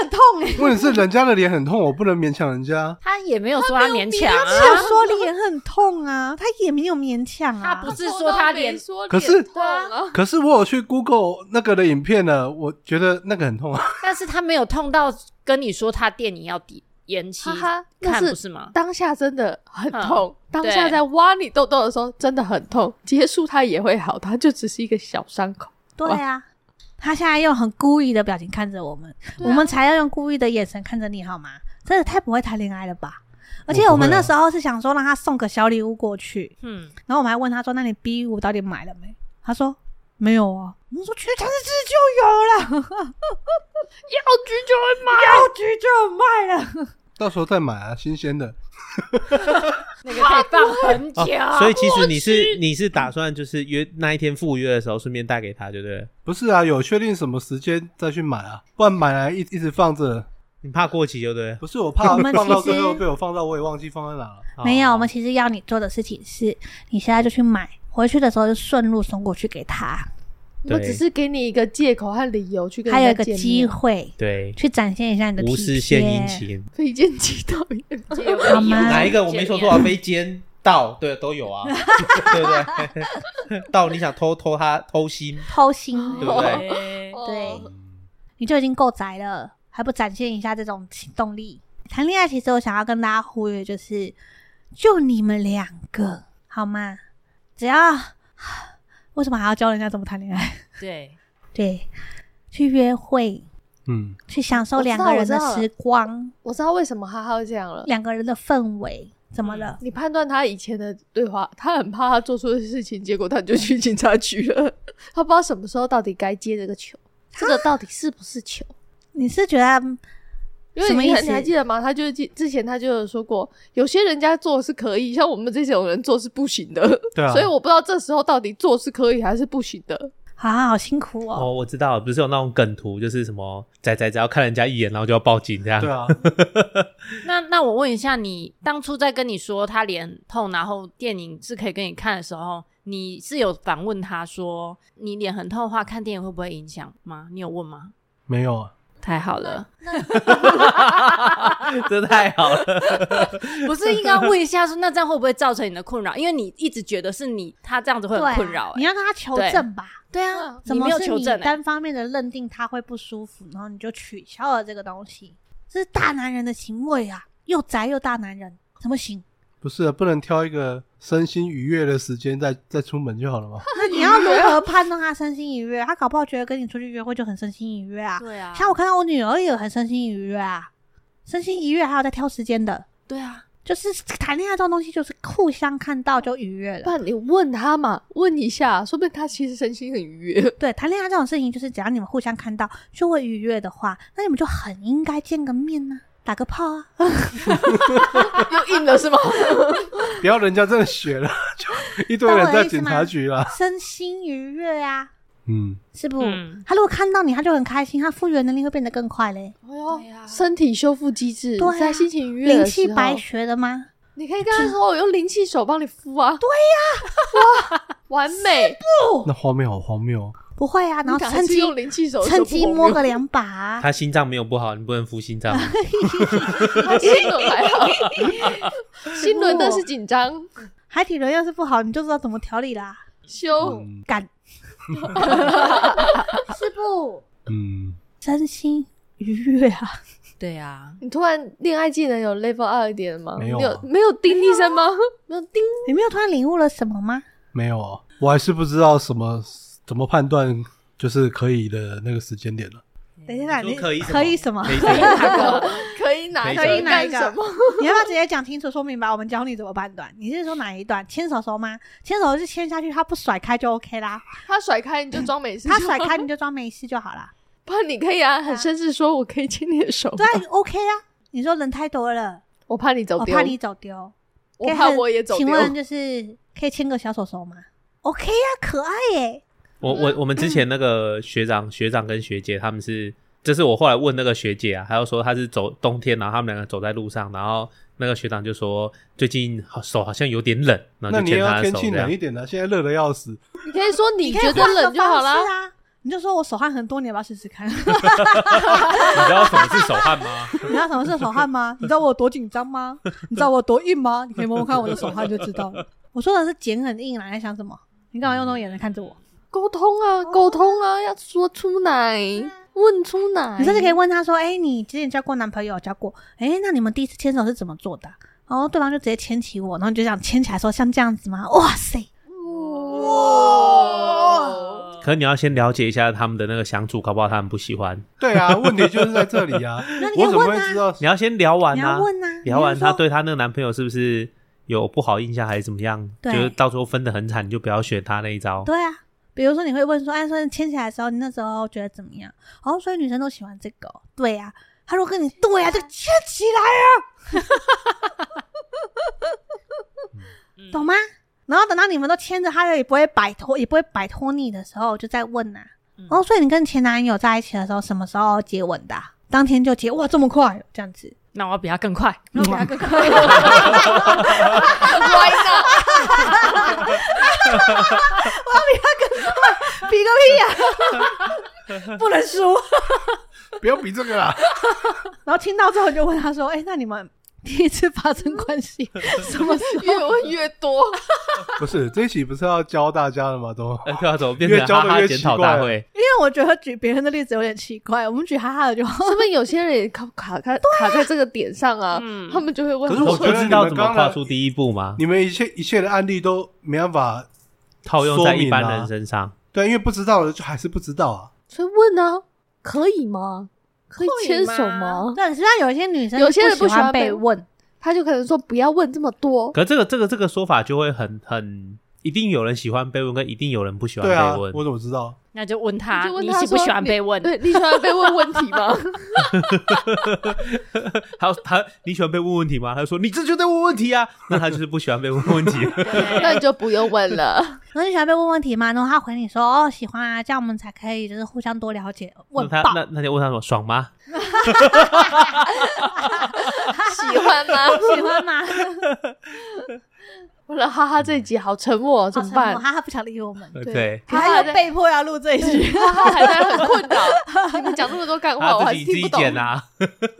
Speaker 3: 很痛哎。
Speaker 2: 问题是人家的脸很痛，我不能勉强人家。
Speaker 5: 他也没有说他勉强
Speaker 3: 他只
Speaker 5: 啊，
Speaker 3: 有说脸很痛啊，他也没有勉强啊。
Speaker 5: 他不是说他脸
Speaker 4: 没说
Speaker 2: 可是
Speaker 4: 脸痛啊，
Speaker 2: (laughs) 可是我有去 Google 那个的影片呢，我觉得那个很痛啊。 (laughs)
Speaker 5: 但是他没有痛到跟你说他电影要抵延期
Speaker 4: 哈哈，
Speaker 5: 看，
Speaker 4: 那
Speaker 5: 不
Speaker 4: 是
Speaker 5: 是吗？
Speaker 4: 当下真的很
Speaker 5: 嗯
Speaker 4: 痛，当下
Speaker 5: 对
Speaker 4: 在挖你痘痘的时候真的很痛，结束它也会好，它就只是一个小伤口。
Speaker 3: 对啊，他现在用很故意的表情看着我们，
Speaker 4: 对啊
Speaker 3: 我们才要用故意的眼神看着你好吗？真的太不会谈恋爱了吧！而且
Speaker 2: 我不会啊
Speaker 3: 我们那时候是想说让他送个小礼物过去，
Speaker 5: 嗯，
Speaker 3: 然后我们还问他说：“那你 B 五到底买了没？”他说：“没有啊。”我们说：“去超市就有了，
Speaker 4: (laughs) 药局就会买，
Speaker 3: 药局就有卖了。
Speaker 2: 到时候再买啊，新鲜的。
Speaker 5: 那个可以放很
Speaker 1: (laughs) 哦
Speaker 5: 久，
Speaker 1: 所以其实你是你是打算就是约那一天赴约的时候顺便带给他，对不对？
Speaker 2: 不是啊，有确定什么时间再去买啊，不然买来一一直放着，
Speaker 1: 你怕过期，对不对？
Speaker 2: 不是我怕
Speaker 3: 我
Speaker 2: (laughs)
Speaker 3: 们
Speaker 2: 放到
Speaker 3: 其实
Speaker 2: 最后被我放到，我也忘记放在哪了。
Speaker 1: 好
Speaker 3: 没有，我们其实要你做的事情是，你现在就去买，回去的时候就顺路送过去给他。
Speaker 4: 我只
Speaker 1: 对
Speaker 4: 是给你一个借口和理由去跟
Speaker 3: 还有一
Speaker 4: 人
Speaker 3: 个
Speaker 4: 家见面，
Speaker 3: 机会
Speaker 1: 对，
Speaker 3: 去展现一下你的
Speaker 1: 无
Speaker 3: 体
Speaker 1: 事献殷
Speaker 3: 贴
Speaker 1: 勤。
Speaker 4: 非奸即盗也 (laughs)
Speaker 3: 好吗
Speaker 1: 哪一个我没说错啊？非奸盗，对，都有啊， (laughs) 对不对？ (laughs) 盗你想偷偷他偷心，
Speaker 3: 偷心，
Speaker 1: (laughs)
Speaker 4: 哦
Speaker 1: 对不对？
Speaker 5: 对
Speaker 3: 对，你就已经够宅了，还不展现一下这种行动力？谈恋爱其实我想要跟大家呼吁，就是就你们两个好吗？只要 (sighs) 为什么还要教人家怎么谈恋爱？ (laughs)
Speaker 5: 对，
Speaker 3: 对，去约会，
Speaker 2: 嗯，
Speaker 3: 去享受
Speaker 4: 我知
Speaker 3: 两
Speaker 4: 道
Speaker 3: 个人的
Speaker 4: 我知道了
Speaker 3: 时光，
Speaker 4: 我知道为什么哈哈会这样了。
Speaker 3: 两个人的氛围，怎么了？
Speaker 4: 你判断他以前的对话，他很怕他做出的事情，结果他就去警察局了。 (laughs) 他不知道什么时候到底该接这个球，这个到底是不是球？
Speaker 3: 你是觉得
Speaker 4: 因为
Speaker 3: 什么
Speaker 4: 你
Speaker 3: 意
Speaker 4: 还
Speaker 3: 思
Speaker 4: 你还记得吗？他就是记之前他就有说过，有些人家做是可以，像我们这种人做是不行的。
Speaker 2: 对啊
Speaker 4: 所以我不知道这时候到底做是可以还是不行的。
Speaker 3: 啊，好辛苦哦，
Speaker 1: 哦，我知道了，不是有那种梗图，就是什么仔仔只要看人家一眼，然后就要报警这样。
Speaker 2: 对
Speaker 3: (laughs)
Speaker 2: 啊，
Speaker 5: 那那我问一下你，当初在跟你说他脸痛，然后电影是可以给你看的时候，你是有反问他说你脸很痛的话，看电影会不会影响吗？你有问吗？
Speaker 2: 没有啊，
Speaker 5: 太好了，
Speaker 1: 这太好了。 (laughs)
Speaker 5: (laughs) 不是应该问一下说，那这样会不会造成你的困扰？因为你一直觉得是你他这样子会
Speaker 3: 对啊
Speaker 5: 很困扰、
Speaker 3: 你
Speaker 5: 欸
Speaker 3: 要跟他求
Speaker 5: 对
Speaker 3: 证吧？
Speaker 5: 对啊，
Speaker 3: 怎
Speaker 5: 你
Speaker 3: 么
Speaker 5: 没有
Speaker 3: 是
Speaker 5: 求
Speaker 3: 你
Speaker 5: 证、欸？
Speaker 3: 单方面的认定他会不舒服，然后你就取消了这个东西？这是大男人的行为啊，又宅又大男人，怎么
Speaker 5: (laughs)
Speaker 3: 行？
Speaker 2: 不是啊不能挑一个身心愉悦的时间再再出门就好了吗？
Speaker 3: 那你要如何判断他身心愉悦？他搞不好觉得跟你出去约会就很身心愉悦啊。
Speaker 5: 对啊，
Speaker 3: 像我看到我女儿也很身心愉悦啊，身心愉悦还有在挑时间的，
Speaker 5: 对啊，
Speaker 3: 就是谈恋爱这种东西就是互相看到就愉悦
Speaker 4: 不
Speaker 3: 了。
Speaker 4: 然你问他嘛，问一下，说不定他其实身心很愉悦。
Speaker 3: 对，谈恋爱这种事情就是只要你们互相看到就会愉悦的话，那你们就很应该见个面呢、打个炮
Speaker 2: (laughs)
Speaker 3: 啊。
Speaker 4: (laughs) 又硬了是吗？
Speaker 2: (laughs) 不要人家真的学了，就一堆人在
Speaker 3: 啊
Speaker 2: 警察局啦。
Speaker 3: 身心愉悦啊，
Speaker 2: 嗯，
Speaker 3: 是不？
Speaker 5: 嗯
Speaker 3: 他如果看到你，他就很开心，他复原能力会变得更快嘞。
Speaker 4: 哎呦
Speaker 5: 对啊
Speaker 4: 身体修复机制，
Speaker 3: 对啊
Speaker 4: 在心情愉悦
Speaker 3: 灵
Speaker 4: 的时
Speaker 3: 气
Speaker 4: 候，
Speaker 3: 白学的吗？
Speaker 4: 你可以跟他说我用灵气手帮你敷啊。对呀、哇，完美！
Speaker 2: 那画面好荒谬哦。
Speaker 3: 不会啊，然后
Speaker 4: 你赶快
Speaker 3: 趁
Speaker 4: 去
Speaker 3: 机
Speaker 4: 用灵气手，
Speaker 3: 趁机摸
Speaker 4: (laughs)
Speaker 3: 个两把、
Speaker 1: 他心脏没有不好，你不能敷心
Speaker 3: (laughs)
Speaker 1: 脏。
Speaker 4: 他心轮还好，
Speaker 3: (laughs)
Speaker 4: 心轮那是紧张
Speaker 3: 海底轮要是不好，你就知道怎么调理啦。
Speaker 4: 修。
Speaker 2: 嗯
Speaker 3: 敢，是不？
Speaker 2: 嗯，
Speaker 3: 身心愉悦啊， (laughs)
Speaker 5: 对啊，
Speaker 4: 你突然恋爱技能有 level 二一点吗？
Speaker 2: 没有
Speaker 4: 你
Speaker 2: 啊
Speaker 4: 有没有叮一声吗？没有叮，
Speaker 3: 你没有突然领悟了什么吗？
Speaker 2: 没有啊，我还是不知道什么怎么判断就是可以的那个时间点了。
Speaker 3: 等一下，
Speaker 1: 嗯你
Speaker 3: 你
Speaker 1: 说可以什么
Speaker 3: 可以什么？
Speaker 1: 可
Speaker 3: (laughs)
Speaker 1: 以什么
Speaker 3: 啊
Speaker 4: (laughs) 可以哪
Speaker 1: 可以
Speaker 3: 哪一
Speaker 4: 干
Speaker 3: 个
Speaker 4: 什么？
Speaker 3: (laughs) 你要不要直接讲清楚说明白？我们教你怎么判断。你是说哪一段？牵手手吗？牵手就牵下去，他不甩开就 OK
Speaker 4: (laughs)
Speaker 3: 啦。
Speaker 4: 他甩开你就装没事，
Speaker 3: 他甩开你就装没事就好啦。
Speaker 4: (laughs) 不然你可以啊，很绅士说我可以牵你的手吗，
Speaker 3: 对啊，OK 啊。你说人太多了，
Speaker 4: 我怕你走
Speaker 3: 我
Speaker 4: 丢，
Speaker 3: 怕你走丢，
Speaker 4: 我怕我也走
Speaker 3: 请
Speaker 4: 丢。
Speaker 3: 问就是可以牵个小手手吗？OK 呀、可爱耶、
Speaker 1: (laughs) 我我我们之前那个学长、学长跟学姐他们是，就是我后来问那个学姐啊，她就说她是走冬天，然后他们两个走在路上，然后那个学长就说最近好手好像有点冷，然后
Speaker 2: 那
Speaker 1: 就
Speaker 2: 你也
Speaker 1: 牵她
Speaker 2: 要
Speaker 1: 的
Speaker 2: 天
Speaker 1: 手
Speaker 2: 气
Speaker 1: 这样
Speaker 2: 冷一。点的，现在热的要死。
Speaker 4: 你可以说你
Speaker 3: 可以
Speaker 4: 觉得
Speaker 3: 换个
Speaker 4: 冷就好
Speaker 3: 方
Speaker 4: 啦
Speaker 3: 式。啊。你就说我手汗很多，你要不要试试
Speaker 4: (laughs)
Speaker 3: 看？
Speaker 1: 你知道什么是手汗吗？
Speaker 3: 你知道什么是手汗吗？你知道我有多紧张吗？你知道我有多硬吗？你可以摸摸看我的手汗就知道了。我说的是茧很硬啦，你在想什么？你干嘛用那种眼神看着我？
Speaker 4: 沟通啊，沟通啊，要说出来，问出来。
Speaker 3: 你甚至可以问他说：“哎、你之前交过男朋友？交过？哎、那你们第一次牵手是怎么做的啊？”然后对方就直接牵起我，然后你就这样牵起来说：“像这样子吗？”哇塞，
Speaker 4: 哦哇，
Speaker 1: 可能你要先了解一下他们的那个相处，搞不好他们不喜欢。
Speaker 2: 对啊， (laughs) 问题就是在这里啊。
Speaker 3: 那你
Speaker 2: 我
Speaker 3: 要
Speaker 2: 怎么
Speaker 3: 问
Speaker 2: 会
Speaker 3: 啊
Speaker 2: 知，道？
Speaker 1: 你要先聊完
Speaker 3: 你
Speaker 1: 啊
Speaker 3: 要，问啊，
Speaker 1: 聊完
Speaker 3: 你就
Speaker 1: 她
Speaker 3: 说
Speaker 1: 对她那个男朋友是不是有不好印象还是怎么样？就
Speaker 3: 对
Speaker 1: 是到时候分的很惨，你就不要选她那一招。
Speaker 3: 对啊。比如说你会问说：“哎，说你牵起来的时候，你那时候觉得怎么样？”哦，所以女生都喜欢这个哦、对呀、他说跟你对呀、就牵起来啊，懂吗？然后等到你们都牵着，他也不会摆脱，也不会摆脱你的时候，就再问呐、
Speaker 5: 嗯
Speaker 3: 哦，所以你跟前男友在一起的时候，什么时候接吻的啊、当天就接，哇，这么快，哦这样子。 (laughs)
Speaker 5: 那我要比他更快，
Speaker 3: 然后给他个
Speaker 4: 歪的，
Speaker 3: 比个屁呀、
Speaker 5: 不能输。
Speaker 2: (laughs)
Speaker 6: 不要比这个啦。
Speaker 3: 然后听到之后就问他说：“哎、那你们第一次发生关 (laughs) 系什么时候？”
Speaker 4: 越问越 (laughs) 多，
Speaker 2: 不是这一期不是要教大家的吗？都
Speaker 1: 哎，对啊，怎么变成
Speaker 2: 越教
Speaker 1: 哈
Speaker 2: 得
Speaker 1: 哈
Speaker 2: 越
Speaker 1: 检讨
Speaker 2: 奇怪
Speaker 1: 大会？
Speaker 3: 因为我觉得举别人的例子有点奇怪，我们举哈哈的就好。
Speaker 4: 说不定有些人也卡卡在卡在这个点上啊，
Speaker 5: 嗯
Speaker 4: 他们就会问
Speaker 2: 可是
Speaker 1: 都
Speaker 2: 我
Speaker 4: 说
Speaker 1: 不
Speaker 2: 觉得
Speaker 1: 知道
Speaker 2: 你们
Speaker 1: 怎么
Speaker 2: 刚
Speaker 1: 跨
Speaker 2: 才
Speaker 1: 出第一步吗？
Speaker 2: 你们一切一切的案例都没办法，
Speaker 1: 套用在
Speaker 2: 说明
Speaker 1: 一
Speaker 2: 啊
Speaker 1: 般人身上，
Speaker 2: 对，啊因为不知道的就还是不知道啊。
Speaker 4: 所以问啊，可以吗？可以牵手
Speaker 5: 可
Speaker 4: 吗？
Speaker 3: 对，实际上有一些女生
Speaker 4: 有些人
Speaker 3: 不
Speaker 4: 不喜欢
Speaker 3: 被
Speaker 4: 被
Speaker 3: 问，
Speaker 4: 他就可能说不要问这么多，
Speaker 1: 可这个这个这个说法就会很很，一定有人喜欢被问，跟一定有人不喜欢
Speaker 2: 对啊，
Speaker 1: 被
Speaker 2: 我
Speaker 1: 问。
Speaker 2: 怎么知道？
Speaker 5: 那就问他，
Speaker 4: 啊你就问
Speaker 5: 你
Speaker 4: 他
Speaker 5: 喜不
Speaker 4: 说
Speaker 5: 喜欢被问？
Speaker 4: 对，你喜欢被问问题 (laughs) 吗？
Speaker 1: 他他你喜欢被问问题吗？他说你这就在问问题啊，那他就是不喜欢被问问题。
Speaker 4: 那你就不用问了。
Speaker 3: 然后你喜欢被问问题吗？然后他回你说：“哦，喜欢啊，这样我们才可以就是互相多了解。”
Speaker 1: 那
Speaker 3: 问
Speaker 1: 他
Speaker 3: 爆，
Speaker 1: 那那就问他什么爽吗？
Speaker 4: (laughs) 喜欢 (laughs) 吗？
Speaker 3: (laughs) 喜欢 (laughs) 吗？
Speaker 4: 完了，哈哈，这一集好沉默哦，怎么
Speaker 3: (laughs) 好沉
Speaker 4: 办
Speaker 3: 默？哈哈不想理我们，
Speaker 1: 对，
Speaker 3: 他又被迫要录这一 (laughs) 句。
Speaker 4: 哈哈还在很困扰，你们讲那么多干话，我
Speaker 1: (laughs) 他
Speaker 4: 还
Speaker 1: 自己自
Speaker 4: 是听
Speaker 1: 己
Speaker 4: 不懂。
Speaker 1: 剪
Speaker 4: (laughs)
Speaker 1: 啊。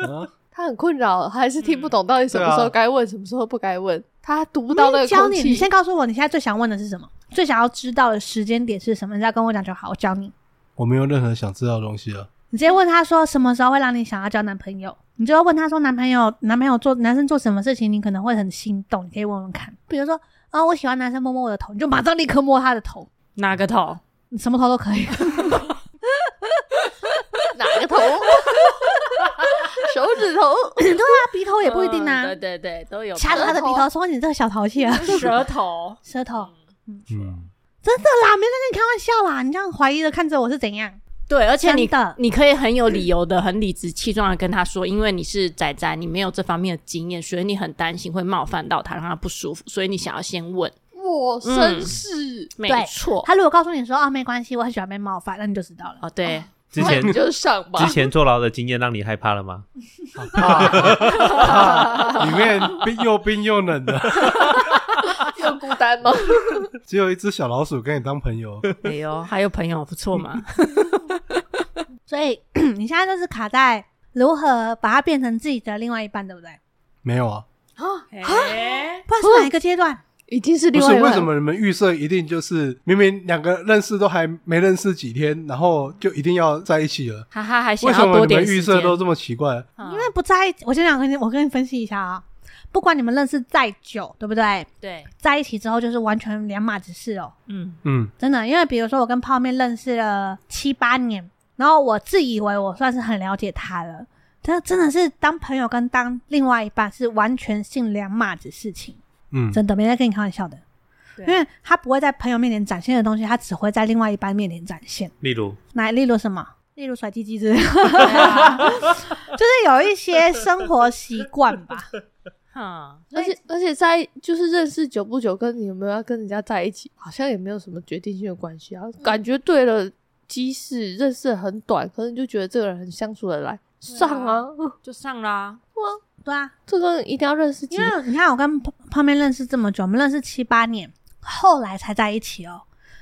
Speaker 2: 啊，
Speaker 4: 他很困扰，还是听不懂到底什么时
Speaker 2: 对
Speaker 4: 候
Speaker 2: 啊
Speaker 4: 该问，什么时候不该
Speaker 1: 嗯
Speaker 4: 问。他读不到那个
Speaker 3: 教
Speaker 4: 空
Speaker 3: 你，
Speaker 4: 气
Speaker 3: 你，先告诉我你现在最想问的是什么，最想要知道的时间点是什么，你再跟我讲就好，我教你。
Speaker 2: 我没有任何想知道的东西啊了。
Speaker 3: 你直接问他说什么时候会让你想要交男朋友，你就要问他说男朋友男朋友做男生做什么事情你可能会很心动，你可以问问看，比如说啊、我喜欢男生摸摸我的头，你就马上立刻摸他的头，
Speaker 5: (laughs) 哪个头？
Speaker 3: 你什么头都可
Speaker 4: (laughs)
Speaker 3: 以。
Speaker 4: 哪个头？ (laughs) 手指头，
Speaker 3: 他鼻头也不一定啊，
Speaker 5: 嗯对对对，都有吧。
Speaker 3: (laughs) 掐着他的鼻头说你这个小淘气啊，，
Speaker 5: 舌头
Speaker 3: (laughs) 舌头
Speaker 2: 嗯，
Speaker 3: 对啦，没在跟你开玩笑啦，你这样怀疑的看着我是怎样？
Speaker 5: 对，而且你
Speaker 3: 真的
Speaker 5: 你可以很有理由的、很理直气壮的跟他说，因为你是仔仔，你没有这方面的经验，所以你很担心会冒犯到他，让他不舒服，所以你想要先问。
Speaker 4: 我绅士，
Speaker 5: 没
Speaker 3: 对
Speaker 5: 错，
Speaker 3: 他如果告诉你说啊没关系，我很喜欢被冒犯，那你就知道了。
Speaker 5: 哦对，
Speaker 1: 之前
Speaker 4: 那你就上
Speaker 1: (laughs)
Speaker 4: 吧
Speaker 1: 之。前坐牢的经验让你害怕了吗？
Speaker 2: (laughs) 里面冰又冰又冷的，
Speaker 4: 又孤单哦 (laughs) 吗？
Speaker 2: 只有一只小老鼠跟你当朋友。
Speaker 5: 哎呦，还有朋友不错嘛，
Speaker 3: 所以 (clears throat) 你现在就是卡在如何把它变成自己的另外一半，对不对？
Speaker 2: 没有啊，
Speaker 5: 哎
Speaker 3: 不然是哪一个阶段？
Speaker 4: 已经是
Speaker 2: 不
Speaker 4: 另
Speaker 2: 是
Speaker 4: 外一
Speaker 2: 为
Speaker 4: 半
Speaker 2: 什么你们预设一定就是明明两个认识都还没认识几天，然后就一定要在一起了？
Speaker 5: 哈哈，还想
Speaker 2: 为什
Speaker 5: 要
Speaker 2: 么
Speaker 5: 多
Speaker 2: 你
Speaker 5: 点
Speaker 2: 们预
Speaker 5: 时
Speaker 2: 设
Speaker 5: 间，
Speaker 2: 都这么奇怪？
Speaker 5: 嗯
Speaker 3: 因为不在一起，我先讲跟你，我跟你分析一下啊、不管你们认识再久，对不对？
Speaker 5: 对，
Speaker 3: 在一起之后就是完全两码子事哦，
Speaker 5: 嗯，
Speaker 2: 嗯，
Speaker 3: 真的。因为比如说我跟泡面认识了七八年，然后我自以为我算是很了解他了，但真的是当朋友跟当另外一半是完全性两码子事情，
Speaker 2: 嗯，
Speaker 3: 真的没在跟你开玩笑的。
Speaker 5: 对
Speaker 3: 因为他不会在朋友面前展现的东西，他只会在另外一半面前展现。
Speaker 1: 例如，
Speaker 3: 那例如什么？例如甩鸡鸡之类的， (laughs)
Speaker 5: 对啊
Speaker 3: 就是有一些生活习惯 (laughs) 吧。
Speaker 5: 哈，
Speaker 4: 而且而且在就是认识久不久，跟你有没有要跟人家在一起，好像也没有什么决定性的关系啊。
Speaker 3: 嗯
Speaker 4: 感觉对了，即使认识很短，可能就觉得这个人很相处得来，上啊， (laughs)
Speaker 5: 就上啦，
Speaker 3: 对啊，
Speaker 4: 这个人一定要认识几
Speaker 3: 因为你看我跟泡泡面认识这么久，我们认识七八年，后来才在一起哦。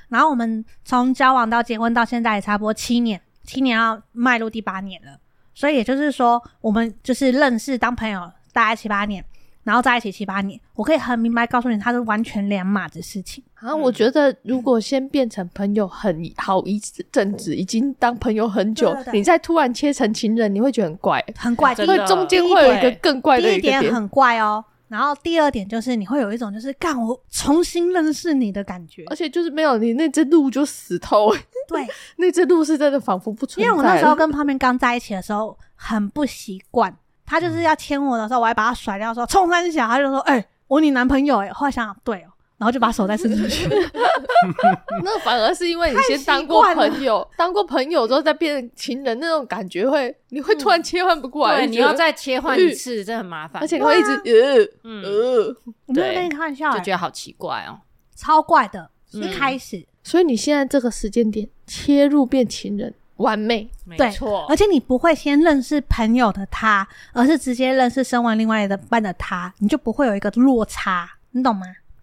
Speaker 3: 然后我们从交往到结婚到现在也差不多七年，七年要迈入第八年了。所以也就是说，我们就是认识当朋友大概七八年，然后在一起七八年，我可以很明白告诉你，他是完全两码子事情。
Speaker 4: 啊，我觉得如果先变成朋友很好一阵子，已经当朋友很久，
Speaker 3: 对对对
Speaker 4: 你再突然切成情人，你会觉得很怪，欸
Speaker 3: 很怪，
Speaker 5: 真
Speaker 4: 因为
Speaker 5: 的
Speaker 4: 中间会有一个
Speaker 5: 对
Speaker 4: 更怪的
Speaker 3: 第
Speaker 4: 一
Speaker 3: 一
Speaker 4: 个点
Speaker 3: 点。很怪哦，然后第二点就是你会有一种就是干我重新认识你的感觉
Speaker 4: 而，且就是没有你那只鹿就死透，欸
Speaker 3: 对，
Speaker 4: 那只鹿是真的仿佛不存
Speaker 3: 因
Speaker 4: 在
Speaker 3: 为
Speaker 4: 了。
Speaker 3: 我那时候跟泡面刚在一起的时候很不习惯，他就是要牵我的时候，我还把他甩掉说冲三小，他就说哎、我你男朋友哎、后来想想对哦，然后就把手再伸出去，
Speaker 4: (laughs) 那反而是因为你先当过朋友，当过朋友之后再变成情人，那种感觉会，你会突然切换不过来，
Speaker 5: 对，
Speaker 4: 就
Speaker 5: 你
Speaker 4: 觉得
Speaker 5: 要，再切换一次，这很麻烦，
Speaker 4: 而且你会一直呃
Speaker 5: 嗯，
Speaker 4: 呃，
Speaker 3: 我没有
Speaker 5: 对
Speaker 3: 跟你开玩笑、
Speaker 5: 就觉
Speaker 3: 哎
Speaker 5: 得好奇怪哦，
Speaker 3: 超怪的，
Speaker 5: 嗯
Speaker 3: 一开始，
Speaker 4: 所以你现在这个时间点切入变情人，完美。
Speaker 5: 没
Speaker 3: 对
Speaker 5: 错
Speaker 3: 而，且你不会先认识朋友的他，而是直接认识身为另外一半的他，你就不会有一个落差，你懂吗？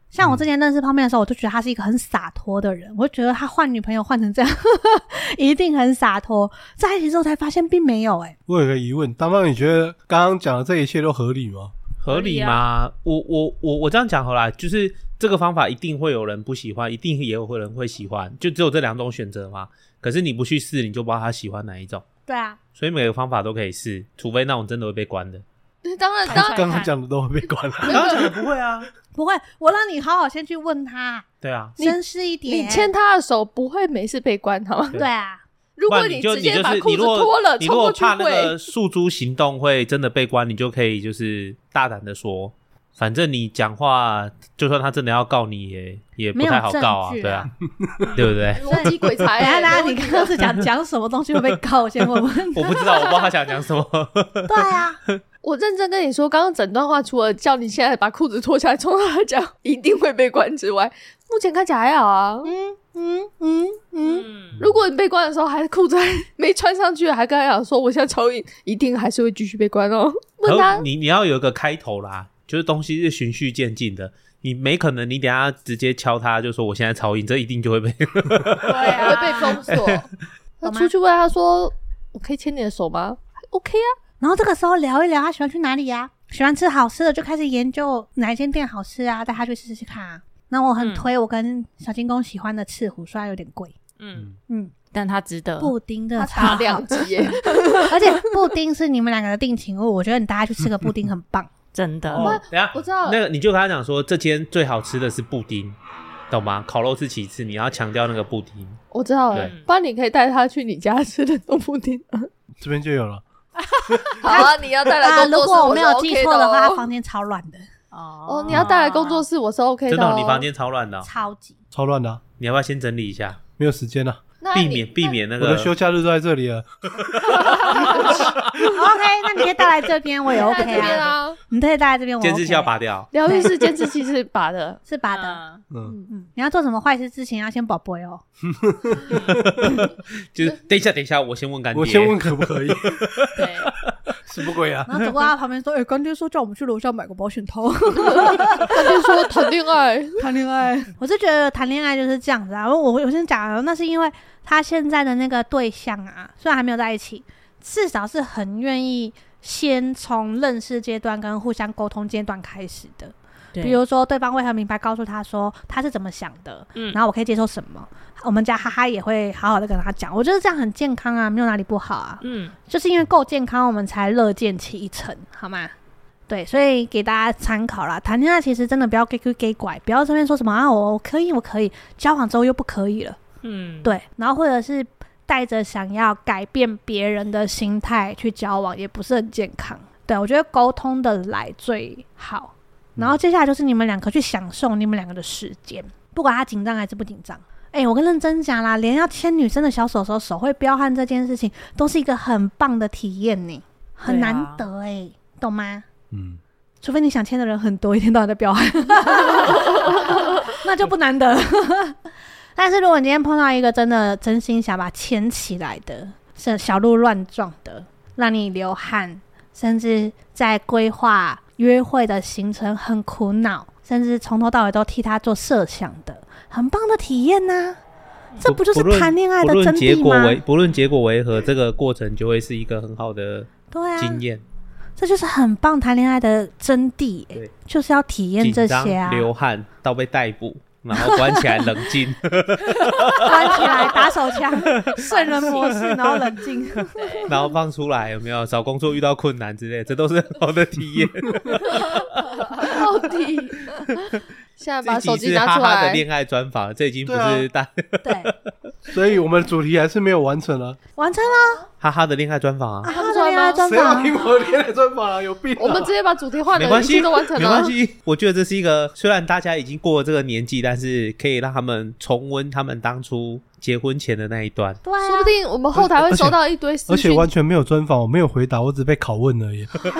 Speaker 3: 像
Speaker 4: 嗯
Speaker 3: 我之前认识泡面的时候，我就觉得他是一个很洒脱的人，我就觉得他换女朋友换成这样， (laughs) 一定很洒脱。在一起之后才发现并没有、欸，哎，
Speaker 2: 我有个疑问，当当，你觉得刚刚讲的这一切都合理吗？
Speaker 1: 合理
Speaker 4: 啊
Speaker 1: 吗？我我我我这样讲好啦，就是这个方法一定会有人不喜欢，一定也有会有人会喜欢，就只有这两种选择嘛。可是你不去试，你就不知道他喜欢哪一种，
Speaker 3: 对啊，
Speaker 1: 所以每个方法都可以试，除非那种真的会被关的。
Speaker 4: 对，当然，当
Speaker 5: 看
Speaker 4: 然，
Speaker 2: 刚刚讲的都会被关了。
Speaker 5: (laughs)
Speaker 1: 刚刚讲的不会啊，
Speaker 3: 不会，我让你好好先去问他，
Speaker 1: 对啊，
Speaker 4: 你
Speaker 3: 绅士一点。
Speaker 4: 你牵他的手不会没事被关，好吗？
Speaker 3: 对啊，
Speaker 4: 如
Speaker 1: 不
Speaker 4: 果
Speaker 1: 然你就
Speaker 4: 直接
Speaker 1: 就
Speaker 4: 把
Speaker 1: 是
Speaker 4: 裤
Speaker 1: 你
Speaker 4: 子
Speaker 1: 如果
Speaker 4: 脱了
Speaker 1: 你
Speaker 4: 冲
Speaker 1: 如果
Speaker 4: 过去
Speaker 1: 怕那个
Speaker 4: 会，
Speaker 1: 诉诸行动会真的被关，你就可以就是大胆的说，反正你讲话，就算他真的要告你也也不
Speaker 3: 没有
Speaker 1: 太好告啊，
Speaker 3: 证据
Speaker 1: 对
Speaker 3: 啊
Speaker 1: 啊，对不
Speaker 4: (laughs)
Speaker 1: 对？
Speaker 4: 逻辑鬼才
Speaker 3: 等一
Speaker 4: 欸。
Speaker 3: 下大家，你
Speaker 4: 逻辑
Speaker 3: 刚刚是讲讲什么东西会被告？我先问
Speaker 4: (laughs)
Speaker 3: 问。
Speaker 1: 我不知道，我不知道他想讲什么。
Speaker 3: 对啊，
Speaker 4: 我认真跟你说，刚刚整段话除了叫你现在把裤子脱下来冲到他讲一定会被关之外，目前看起来还好啊。
Speaker 3: 嗯嗯嗯嗯，
Speaker 5: 嗯，
Speaker 4: 如果你被关的时候还裤子还没穿上去，还跟他讲说我现在超瘾，一定还是会继续被关哦。 (laughs) 问
Speaker 1: 然
Speaker 4: 他
Speaker 1: 后你你要有一个开头啦，就是东西是循序渐进的，你没可能你等一下直接敲他就说我现在超硬，这一定就会被。
Speaker 5: 对啊，
Speaker 4: 会
Speaker 1: 哎
Speaker 4: 被封锁。他
Speaker 3: 好吗
Speaker 4: 出去问他说：“我可以牵你的手吗？”OK 啊，
Speaker 3: 然后这个时候聊一聊他喜欢去哪里呀、喜欢吃好吃的就开始研究哪一间店好吃啊，带他去试试看啊。那我很
Speaker 5: 嗯
Speaker 3: 推我跟小金工喜欢的刺虎，虽然有点贵，
Speaker 5: 嗯，
Speaker 3: 嗯，
Speaker 5: 但他值
Speaker 4: 呃
Speaker 5: 得。
Speaker 3: 布丁真的
Speaker 4: 他
Speaker 3: 超
Speaker 4: 打
Speaker 3: 好
Speaker 4: 两集耶，
Speaker 3: (laughs) 而且布丁是你们两个的定情物，我觉得你大家去吃个布丁很棒。
Speaker 5: 真的，
Speaker 1: 哦，等一下
Speaker 4: (laughs) 我知道了
Speaker 1: 那个你就跟他讲说，这间最好吃的是布丁，懂吗？烤肉是其次，你要强调那个布丁。
Speaker 4: 我知道了
Speaker 5: 对。
Speaker 4: 不然你可以带他去你家吃冷冻布丁。
Speaker 2: 这边就有了，
Speaker 4: (laughs) 好啊，你要带来
Speaker 3: 啊，
Speaker 4: 工
Speaker 3: 如
Speaker 4: 作室，
Speaker 3: 果我
Speaker 4: 我
Speaker 3: 没
Speaker 4: 是
Speaker 3: 有记
Speaker 4: OK
Speaker 3: 错的话，
Speaker 4: 哦
Speaker 3: 他房间超乱的，
Speaker 5: 哦
Speaker 4: 哦，你要带来工作室，我是 OK
Speaker 1: 真的
Speaker 4: 哦
Speaker 1: 哦，你房间超乱的哦，
Speaker 3: 超级。
Speaker 2: 超乱的啊，
Speaker 1: 你要不要先整理一下，
Speaker 2: 没有时间了。
Speaker 4: 那
Speaker 1: 避
Speaker 4: 你
Speaker 1: 免避免那
Speaker 2: 我
Speaker 1: 个
Speaker 2: 的休假日都在这里了，
Speaker 3: OK，那你可以带来这边，
Speaker 4: (laughs)
Speaker 3: 我也
Speaker 4: 带
Speaker 3: OK
Speaker 4: 这边
Speaker 3: 啊。
Speaker 4: 啊。
Speaker 3: 你可以带来这边，我
Speaker 1: 监视器要
Speaker 3: OK。
Speaker 1: 拔掉。
Speaker 4: 疗愈师监视器是拔的，
Speaker 3: 是拔的，
Speaker 2: 嗯，
Speaker 3: 嗯，你要做什么坏事之前要先保杯哦。
Speaker 1: 就是等一下，等一下，我先问干爹。
Speaker 2: 我先问可不可以？
Speaker 5: 对，
Speaker 2: 什么鬼啊？
Speaker 3: 然后走过他旁边说：“哎，干爹说叫我们去楼下买个保险套
Speaker 4: 他就说谈恋爱，
Speaker 3: (laughs) 谈恋爱。”我是觉得谈恋爱就是这样子啊。我我我先讲啊，那是因为他现在的那个对象啊，虽然还没有在一起，至少是很愿意先从认识阶段跟互相沟通阶段开始的。
Speaker 5: 对
Speaker 3: 比如说对方会很明白告诉他说他是怎么想的，
Speaker 5: 嗯
Speaker 3: 然后我可以接受什么。我们家哈哈也会好好的跟他讲，我觉得这样很健康啊，没有哪里不好啊。
Speaker 5: 嗯，
Speaker 3: 就是因为够健康，我们才乐见其成，好吗？对，所以给大家参考啦。谈恋爱其实真的不要 gay gay gay 拐，不要这边说什么啊，我我可以，我可以，交往之后又不可以了。
Speaker 5: 嗯，
Speaker 3: 对，然后或者是带着想要改变别人的心态去交往，也不是很健康。对我觉得沟通的来最好。
Speaker 5: 嗯
Speaker 3: 然后接下来就是你们两个去享受你们两个的时间，不管他紧张还是不紧张。哎、我跟认真讲啦，连要牵女生的小手的时候手会彪悍这件事情，都是一个很棒的体验呢，很
Speaker 5: 对啊
Speaker 3: 难得哎、懂吗？
Speaker 2: 嗯，
Speaker 3: 除非你想牵的人很多，一天到晚在彪悍， (laughs) 那就不难得。但是如果你今天碰到一个真的真心想把牵起来的，是小鹿乱撞的，让你流汗，甚至在规划约会的行程很苦恼，甚至从头到尾都替他做设想的，很棒的体验呐、 (laughs) 这不就是
Speaker 1: 论
Speaker 3: 谈恋爱的
Speaker 1: 不论
Speaker 3: 真
Speaker 1: 结
Speaker 3: 谛
Speaker 1: 果为
Speaker 3: 吗？
Speaker 1: 不论结果为何，这个过程就会是一个很好的
Speaker 3: 对啊，
Speaker 1: 经验。
Speaker 3: 这就是很棒谈恋爱的真谛、欸
Speaker 1: 对
Speaker 3: 就是要体验
Speaker 1: 紧
Speaker 3: 这
Speaker 1: 张、
Speaker 3: 些啊。
Speaker 1: 流汗到被逮捕，然后关起来冷
Speaker 3: (laughs)
Speaker 1: 静。
Speaker 3: 关起来打手枪，
Speaker 4: (laughs)
Speaker 3: 圣人模式，然后冷静。
Speaker 1: 然后放出来有没有找工作遇到困难之类，这都是很好的体
Speaker 3: (laughs)
Speaker 1: 验。
Speaker 4: 到底现在把
Speaker 1: 这
Speaker 4: 手
Speaker 1: 集
Speaker 4: 机
Speaker 1: 是
Speaker 4: 拿
Speaker 1: 哈
Speaker 4: 出
Speaker 1: 哈的
Speaker 4: 来，
Speaker 1: 恋爱专访，这已经不
Speaker 2: 对啊
Speaker 1: 是大、 (laughs)
Speaker 3: 对，啊
Speaker 2: 所以我们的主题还是没有完成啊。
Speaker 3: 完成了
Speaker 1: 哈哈的恋爱专访啊，
Speaker 3: 啊，他的恋爱专
Speaker 2: (laughs) 谁要
Speaker 3: 访
Speaker 2: 听。我的恋爱专访啊？有病啊！
Speaker 4: 我们直接把主题换
Speaker 1: 没
Speaker 4: 了，
Speaker 1: 关
Speaker 4: 一
Speaker 1: 系，
Speaker 4: 切都完成
Speaker 1: 没
Speaker 4: 了
Speaker 1: 关。系。我觉得这是一个，虽然大家已经过了这个年纪，但是可以让他们重温他们当初结婚前的那一段。 (laughs)
Speaker 3: 对啊
Speaker 4: 说不，定我们后台会收到一堆私
Speaker 2: 而且
Speaker 4: 讯，
Speaker 2: 完全没有专访，我没有回答，我只被拷问而已。
Speaker 1: 哈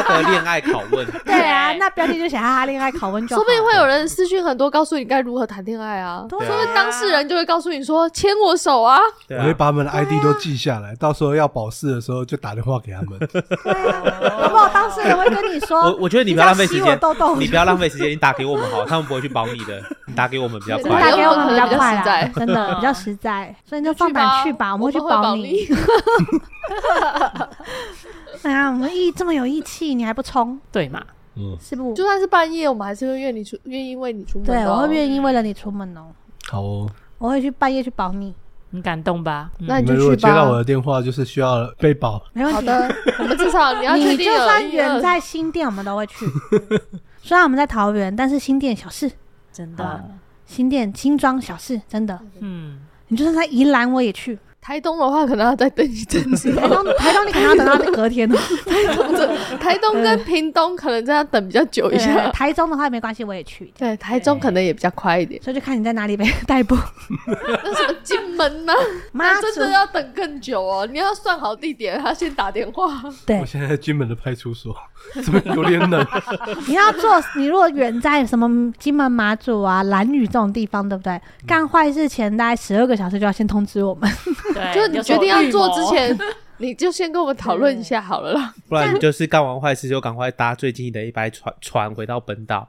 Speaker 1: 哈的恋爱拷问，
Speaker 3: 对啊，那标题就写哈哈恋爱拷问就好
Speaker 4: 说不定会有人私讯很多，告诉你该如何谈恋爱啊。
Speaker 3: 对啊
Speaker 4: 说不定当事人就会告诉你说牵我手啊，
Speaker 1: 对
Speaker 2: 我会
Speaker 1: 啊，
Speaker 2: 把他们的 ID 都记下来，到时候要保释的时候就打电话给
Speaker 4: (laughs)
Speaker 2: 他们。
Speaker 3: 啊搞不好当事人会跟你
Speaker 1: 我
Speaker 3: 说，
Speaker 1: 我觉得你不要浪
Speaker 3: 想
Speaker 1: 费时
Speaker 3: 吸我
Speaker 1: 间
Speaker 3: 痘痘，
Speaker 1: 你不要浪费时间，你打给我们好，他们不会去帮你
Speaker 4: (laughs)
Speaker 1: 的，你打给我们比较
Speaker 4: 对
Speaker 3: 真的打
Speaker 1: 快。
Speaker 3: 给我们比较快
Speaker 4: 比较实
Speaker 3: 啦，
Speaker 4: 在
Speaker 3: 真
Speaker 4: (laughs)
Speaker 3: 的比较实在，所以你就放胆去吧，
Speaker 4: 我
Speaker 3: 们会去
Speaker 4: 们会保
Speaker 3: 你。哎呀，我们义这么有义气，你还不冲，
Speaker 5: 对嘛？
Speaker 2: 嗯，
Speaker 3: 是不
Speaker 4: (laughs) 就？算是半夜，我们还是会愿你出，愿意为你出门的哦。
Speaker 3: 对，我会愿意为了你出门哦，
Speaker 2: 好哦。
Speaker 3: 我会去半夜去保你，
Speaker 5: 很感动吧？嗯
Speaker 4: 那
Speaker 2: 你
Speaker 4: 你
Speaker 2: 们
Speaker 4: 就
Speaker 2: 如果
Speaker 4: 去
Speaker 2: 接到我
Speaker 4: 吧。
Speaker 2: 的电话，就是需要被保。
Speaker 3: 没问
Speaker 4: 好
Speaker 3: 题。
Speaker 4: 的，我们至少你要确
Speaker 3: 你
Speaker 4: 定
Speaker 3: 就
Speaker 4: 有
Speaker 3: 算
Speaker 4: 一个
Speaker 3: 远在新店，我们都会去。 (laughs) 虽然我们在桃园，但是新店小事，
Speaker 5: 真的，
Speaker 3: 新店新庄小事，真的。
Speaker 5: 嗯，
Speaker 3: 你就算在宜兰，我也去。
Speaker 4: 台东的话，可能要再等一阵子。哦
Speaker 3: 台
Speaker 4: (laughs)
Speaker 3: 东，台东你可能要等到隔天哦。
Speaker 4: 台东这，台东跟屏东可能真的要等比较久一
Speaker 3: 对，
Speaker 4: 下。
Speaker 3: 台中的话没关系，我也去。
Speaker 4: (laughs) 对，台中可能也比较快一点。
Speaker 3: 所以就看你在哪里被逮捕。
Speaker 4: (laughs) 那什么金门呢、
Speaker 3: 妈
Speaker 4: 那真的
Speaker 3: 祖
Speaker 4: 要等更久哦。你要算好地点，还要先打电话。
Speaker 3: 对
Speaker 2: 我，现在在金门的派出所，怎么有点冷？
Speaker 3: 你要做，你如果远在什么金门、马祖啊、兰屿这种地方，对不
Speaker 4: 嗯
Speaker 3: 对？干坏事前大概十二个小时就要先通知我
Speaker 4: (laughs)
Speaker 3: 们，
Speaker 5: 对，
Speaker 4: 就是你决定要做之
Speaker 5: 有所预谋，
Speaker 4: 前，你就先跟我们讨论一下好了啦。
Speaker 1: 不然你就是干完坏事就赶快搭最近的一班船船回到本
Speaker 2: (laughs)
Speaker 1: 岛，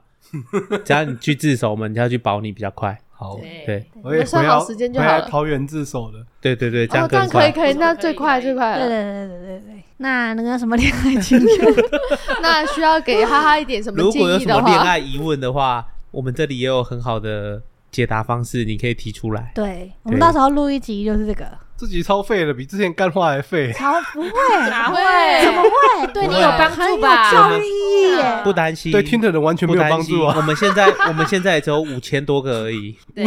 Speaker 1: 只要你去自首，我们就要去保你比较快。
Speaker 2: 好，
Speaker 1: 对
Speaker 5: 对，
Speaker 2: 我也
Speaker 4: 那算
Speaker 2: 回
Speaker 4: 好
Speaker 2: 到
Speaker 4: 时间就
Speaker 2: 回
Speaker 4: 好
Speaker 2: 来
Speaker 4: 了
Speaker 2: 桃园自首了。
Speaker 1: 对对对，这
Speaker 4: 哦
Speaker 1: 样，
Speaker 4: 这样
Speaker 1: 更
Speaker 4: 可以
Speaker 1: 快。
Speaker 4: 可以，
Speaker 5: 这
Speaker 4: 那
Speaker 5: 样
Speaker 4: 最
Speaker 5: 最
Speaker 4: 快
Speaker 5: 快
Speaker 4: 最快
Speaker 3: 对
Speaker 4: 了。
Speaker 3: 对对对对对。那那个什么恋爱经
Speaker 4: (laughs)
Speaker 3: 验，
Speaker 4: 那需要给哈哈一点什么
Speaker 1: 如
Speaker 4: 建
Speaker 1: 果有
Speaker 4: 议
Speaker 1: 什
Speaker 4: 的
Speaker 1: 么恋
Speaker 4: 话，
Speaker 1: 爱疑问的话，我们这里也有很好的解答方式，你可以提出来。
Speaker 3: 对我们到时候录一集就是这
Speaker 4: (laughs)
Speaker 3: 个，
Speaker 2: 自己超废了，比之前干话还废。
Speaker 3: 好不
Speaker 4: 啊
Speaker 3: 会，
Speaker 5: 哪
Speaker 3: 怎么
Speaker 5: 会？
Speaker 3: 会？
Speaker 5: 对你有帮
Speaker 3: 很有
Speaker 4: (laughs)
Speaker 5: 助吧？
Speaker 3: 教育意义耶。
Speaker 1: 不担心，
Speaker 2: 对听的人完全没
Speaker 1: 不
Speaker 2: 有
Speaker 1: 担
Speaker 2: 帮
Speaker 1: 心。
Speaker 2: 助啊！
Speaker 4: (laughs)
Speaker 1: 我们现在我们现在只有五千多个而已，
Speaker 5: 对，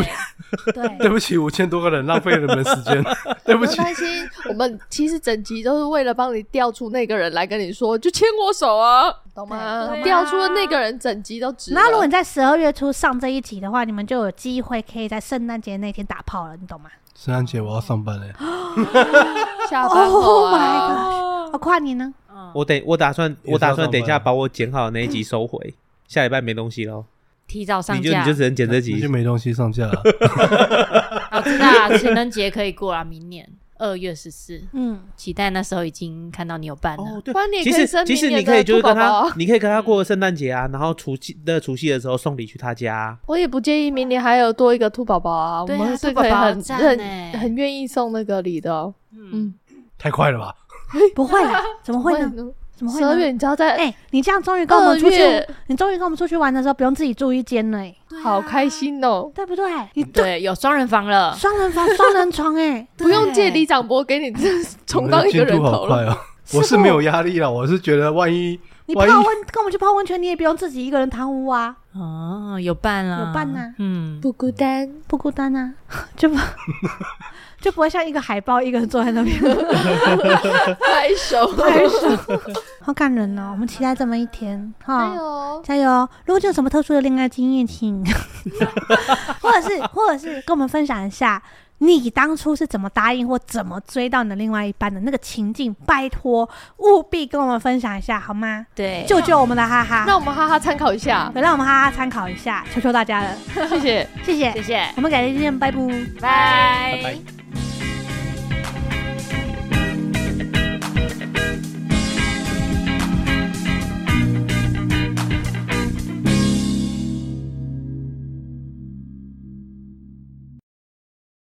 Speaker 2: 对
Speaker 3: 对，
Speaker 2: 不起，五千多个人浪费了你们时
Speaker 4: (laughs)
Speaker 2: 间，对不
Speaker 4: 不用
Speaker 2: 起。
Speaker 4: 担心。我们其实整集都是为了帮你调出那个人来跟你说，就牵我手啊，懂吗
Speaker 5: 对？啊
Speaker 4: 调出的那个人，整集都值啊了。
Speaker 3: 然后如果你在十二月初上这一集的话，你们就有机会可以在圣诞节那天打炮了，你懂吗？
Speaker 2: 圣诞节我要上班嘞，
Speaker 4: 下班后
Speaker 3: Oh
Speaker 4: 啊
Speaker 3: my god 哦，跨年呢？
Speaker 5: 嗯
Speaker 1: 我等我打算我打
Speaker 2: 也是要上
Speaker 1: 算
Speaker 2: 班啊
Speaker 1: 等一下把我剪好的那一集收回，下礼拜没东西喽，
Speaker 5: 提早上
Speaker 1: 你就
Speaker 5: 架
Speaker 1: 你就只能剪这集
Speaker 2: 那就。没东西上架
Speaker 4: (laughs)
Speaker 2: 了。
Speaker 5: 我知道啊 (laughs) 情人节可以过啊，明年二月十四，
Speaker 3: 嗯，
Speaker 5: 期待那时候已经看到你有伴了。
Speaker 1: 哦，对
Speaker 4: 不，然你也
Speaker 1: 其
Speaker 4: 可以
Speaker 1: 实
Speaker 4: 生
Speaker 1: 其实
Speaker 4: 明
Speaker 1: 你
Speaker 4: 年
Speaker 1: 可以
Speaker 4: 的
Speaker 1: 就是
Speaker 4: 兔宝
Speaker 1: 跟
Speaker 4: 宝
Speaker 1: 他
Speaker 4: 啊。，
Speaker 1: 你可以跟他过圣诞节啊，然后除夕那除夕的时候送礼去他家啊，
Speaker 4: 我也不介意明年还有多一个兔宝宝啊，我
Speaker 5: 对啊
Speaker 4: 们是
Speaker 5: 兔宝
Speaker 4: 可以
Speaker 5: 宝
Speaker 4: 很
Speaker 5: 赞欸
Speaker 4: 认很愿意送那个礼的哦。
Speaker 5: 嗯，
Speaker 4: 嗯，
Speaker 2: 太快了吧？
Speaker 3: 不会 (laughs) 啦，怎么会呢？怎么会
Speaker 4: 十
Speaker 3: 呢？
Speaker 4: 二月你知道在
Speaker 3: 哎、你这样终于跟我们出
Speaker 4: 二
Speaker 3: 去
Speaker 4: 月，
Speaker 3: 你终于跟我们出去玩的时候不用自己住一间了、哎，
Speaker 4: 好开心哦，
Speaker 3: 对不对？你对
Speaker 5: 对，有双人房了，
Speaker 3: 双人房、双人床、
Speaker 4: (laughs)
Speaker 3: 哎，
Speaker 4: 不用借李长博给你充当
Speaker 2: 你
Speaker 4: 一个
Speaker 2: 们的
Speaker 4: 人
Speaker 2: 进度好
Speaker 4: 头
Speaker 2: 快
Speaker 4: 了。
Speaker 2: 哦！我是没有压力了，我是觉得万一
Speaker 3: 你泡
Speaker 2: 万一
Speaker 3: 温跟我们去泡温泉，你也不用自己一个人贪污啊，
Speaker 5: 哦，有伴了，
Speaker 3: 有伴啊
Speaker 5: 嗯，
Speaker 4: 不孤单，
Speaker 3: 不孤单啊， (laughs) 就不就不会像一个海豹一个人坐在那边
Speaker 4: 拍手， (laughs)
Speaker 3: 拍手， (laughs) 哎好感人哦！我们期待这么一天
Speaker 4: 还
Speaker 3: 哈。
Speaker 4: 有
Speaker 3: 加油！如果你有什么特殊的恋爱经验，请 (laughs) 或者是或者是跟我们分享一下，你当初是怎么答应或怎么追到你的另外一半的那个情境，拜托务必跟我们分享一下好吗？
Speaker 5: 对，
Speaker 3: 救救我们的哈哈，
Speaker 4: 让我们哈哈参考一下，
Speaker 3: 对让我们哈哈参考一下，求求大家了，
Speaker 4: 谢谢。
Speaker 3: 谢谢，
Speaker 5: 谢谢，
Speaker 3: 我们改天见，拜拜。
Speaker 5: 拜
Speaker 1: 拜拜。